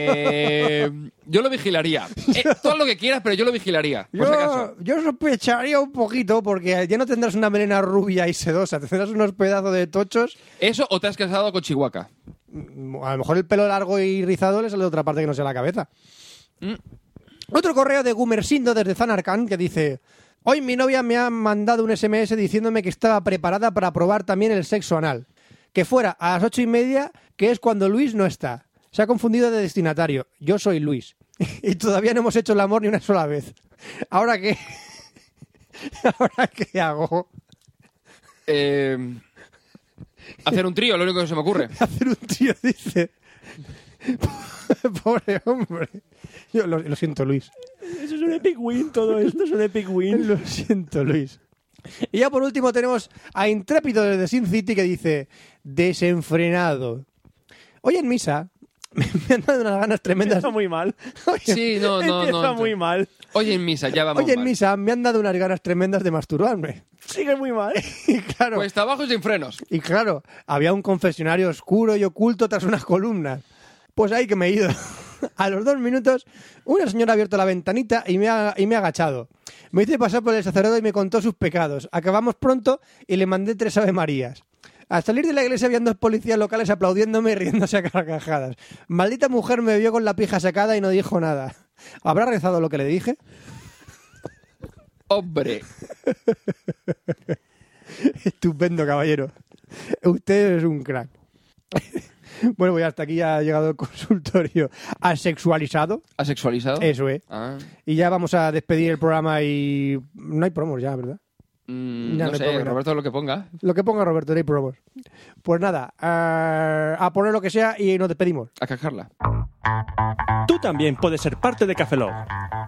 Speaker 1: Eh, yo lo
Speaker 3: <laughs>
Speaker 1: vigilaría. Eh, todo lo que quieras, pero yo lo vigilaría. Por si acaso.
Speaker 3: Yo, yo sospecharía un poquito porque ya no tendrás una melena rubia y sedosa, tendrás unos pedazos de tochos.
Speaker 1: Eso o te has casado con Chihuahua.
Speaker 3: mm, a lo mejor el pelo largo y rizado le sale de otra parte que no sea la cabeza. Otro correo de Gumersindo desde Zanarkand que dice... Hoy mi novia me ha mandado un SMS diciéndome que estaba preparada para probar también el sexo anal. Que fuera a las ocho y media, que es cuando Luis no está. Se ha confundido de destinatario. Yo soy Luis. <laughs> Y todavía no hemos hecho el amor ni una sola vez. <laughs> ¿Ahora qué? <laughs> ¿Ahora qué hago?
Speaker 1: Eh, hacer un trío, lo único que se me ocurre.
Speaker 3: <laughs> hacer un tío, dice. <laughs> Pobre hombre. Yo lo, lo siento, Luis.
Speaker 2: Eso es un epic win, todo esto es un epic win.
Speaker 3: Lo siento, Luis. Y ya por último tenemos a Intrépido desde Sin City que dice: Desenfrenado. Hoy en misa <laughs> me me han dado unas ganas tremendas.
Speaker 2: Está muy mal.
Speaker 1: Sí, no, no, no.
Speaker 2: Empieza muy mal.
Speaker 1: Oye, en misa, ya vamos.
Speaker 3: Hoy en
Speaker 1: mal.
Speaker 3: misa me han dado unas ganas tremendas de masturbarme.
Speaker 2: Sigue muy mal.
Speaker 3: <laughs> Y claro,
Speaker 1: Pues abajo sin frenos.
Speaker 3: y claro, había un confesionario oscuro y oculto tras unas columnas. Pues ahí que me he ido. <laughs> A los dos minutos, una señora ha abierto la ventanita y me ha, y me ha agachado. Me hice pasar por el sacerdote y me contó sus pecados. Acabamos pronto y le mandé tres Ave Marías. Al salir de la iglesia habían dos policías locales aplaudiéndome y riéndose a carcajadas. Maldita mujer me vio con la pija sacada y no dijo nada. ¿Habrá rezado lo que le dije?
Speaker 1: Hombre.
Speaker 3: <laughs> Estupendo, caballero. Usted es un crack. <laughs> bueno, pues hasta aquí ya ha llegado el consultorio asexualizado.
Speaker 1: ¿Asexualizado?
Speaker 3: Eso es.
Speaker 1: Ah.
Speaker 3: Y ya vamos a despedir el programa y no hay promos ya, ¿verdad?
Speaker 1: Mm,
Speaker 3: Ya
Speaker 1: no
Speaker 3: no
Speaker 1: sé,
Speaker 3: puedo, no.
Speaker 1: Roberto, lo que ponga.
Speaker 3: Lo que ponga Roberto, no hay promos. Pues nada, a- a poner lo que sea y nos despedimos.
Speaker 1: A cajarla.
Speaker 2: Tú también puedes ser parte de Cafelog.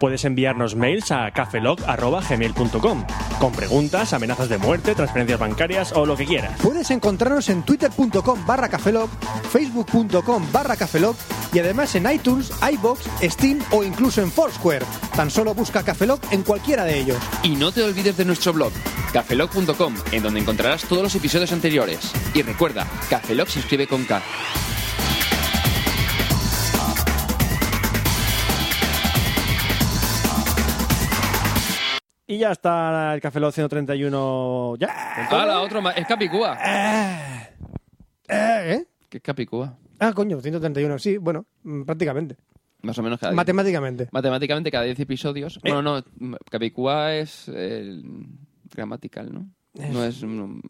Speaker 2: Puedes enviarnos mails a cafelog.gmail.com con preguntas, amenazas de muerte, transferencias bancarias o lo que quieras.
Speaker 3: Puedes encontrarnos en twitter.com barra cafelog, facebook.com barra cafelog y además en iTunes, iBox, Steam o incluso en Foursquare. Tan solo busca cafelog en cualquiera de ellos.
Speaker 1: Y no te olvides de nuestro blog, cafelog.com, en donde encontrarás todos los episodios anteriores. Y recuerda, Cafelog se escribe con K.
Speaker 2: Y ya está el Cafelog 131 ya.
Speaker 1: ¡Hala, otro más! ¡Es Capicúa!
Speaker 3: Eh, ¿eh?
Speaker 1: ¿Qué es Capicúa?
Speaker 3: Ah, coño, 131, sí, bueno, mm, prácticamente.
Speaker 1: Más o menos cada diez.
Speaker 3: Matemáticamente.
Speaker 1: Matemáticamente cada 10 episodios.
Speaker 3: Eh.
Speaker 1: Bueno, no, m- Capicúa es eh, gramatical, ¿no? No es. no-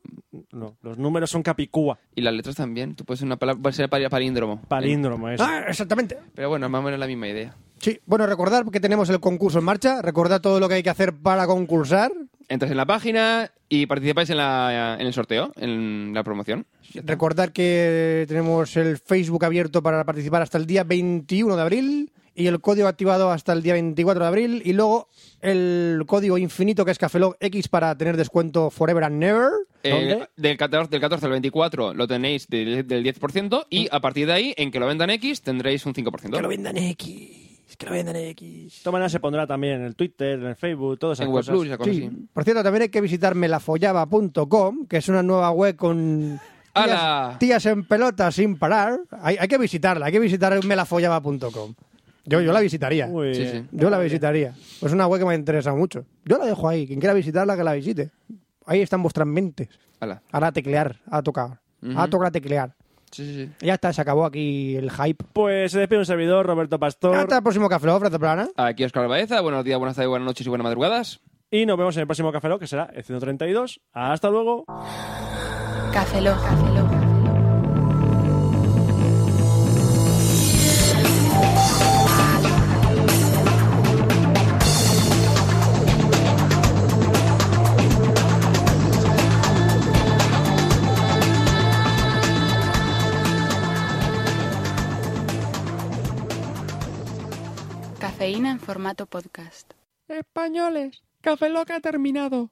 Speaker 2: No, los números son capicúa.
Speaker 1: y las letras también. Tú puedes ser una palabra. Puede ser pal- palíndromo.
Speaker 2: Palíndromo, eso.
Speaker 3: Ah, exactamente.
Speaker 1: Eh, Pero bueno, más o menos la misma idea.
Speaker 3: Sí, bueno, recordar que tenemos el concurso en marcha, recordad todo lo que hay que hacer para concursar,
Speaker 1: Entras en la página y participáis en, la, en el sorteo, en la promoción.
Speaker 3: recordar que tenemos el Facebook abierto para participar hasta el día 21 de abril y el código activado hasta el día 24 de abril y luego el código infinito que es Cafelog X para tener descuento forever and never.
Speaker 1: Eh, del, 14, del 14 al 24 lo tenéis del, del 10% y a partir de ahí, en que lo vendan X, tendréis un 5%.
Speaker 3: vendan X, que lo vendan X.
Speaker 2: De todas maneras se pondrá también en el Twitter, en el Facebook, todas esas
Speaker 1: en
Speaker 2: cosas.
Speaker 1: Webplus, esa cosa
Speaker 3: Sí.
Speaker 1: así.
Speaker 3: Por cierto, también hay que visitar melafollaba.com, que es una nueva web con
Speaker 1: ¡Hala!
Speaker 3: tías, tías en pelota sin parar. Hay, hay que visitarla, hay que visitar melafollaba.com. Yo, yo la visitaría.
Speaker 2: Muy
Speaker 1: Sí,
Speaker 2: bien.
Speaker 1: sí.
Speaker 3: Yo la visitaría. Es una web que me interesa mucho. Yo la dejo ahí. Quien quiera visitarla, que la visite. Ahí están vuestras mentes.
Speaker 1: ¡Hala!
Speaker 3: Ahora a teclear, a tocar. A
Speaker 1: Ujú.
Speaker 3: tocar, a teclear.
Speaker 1: Sí, sí, sí.
Speaker 3: Ya está, se acabó aquí el hype.
Speaker 2: Pues se despide un servidor, Roberto Pastor.
Speaker 3: Hasta el próximo Café Lock, Franza Plana.
Speaker 1: Aquí Oscar Baeza. Buenos días, buenas tardes, buenas noches y buenas madrugadas.
Speaker 2: Y nos vemos en el próximo Cafelog, que será el 132. Hasta luego.
Speaker 5: Café Lock. Café Lock. Cafeína en formato podcast.
Speaker 4: Españoles, Café Lock ha terminado.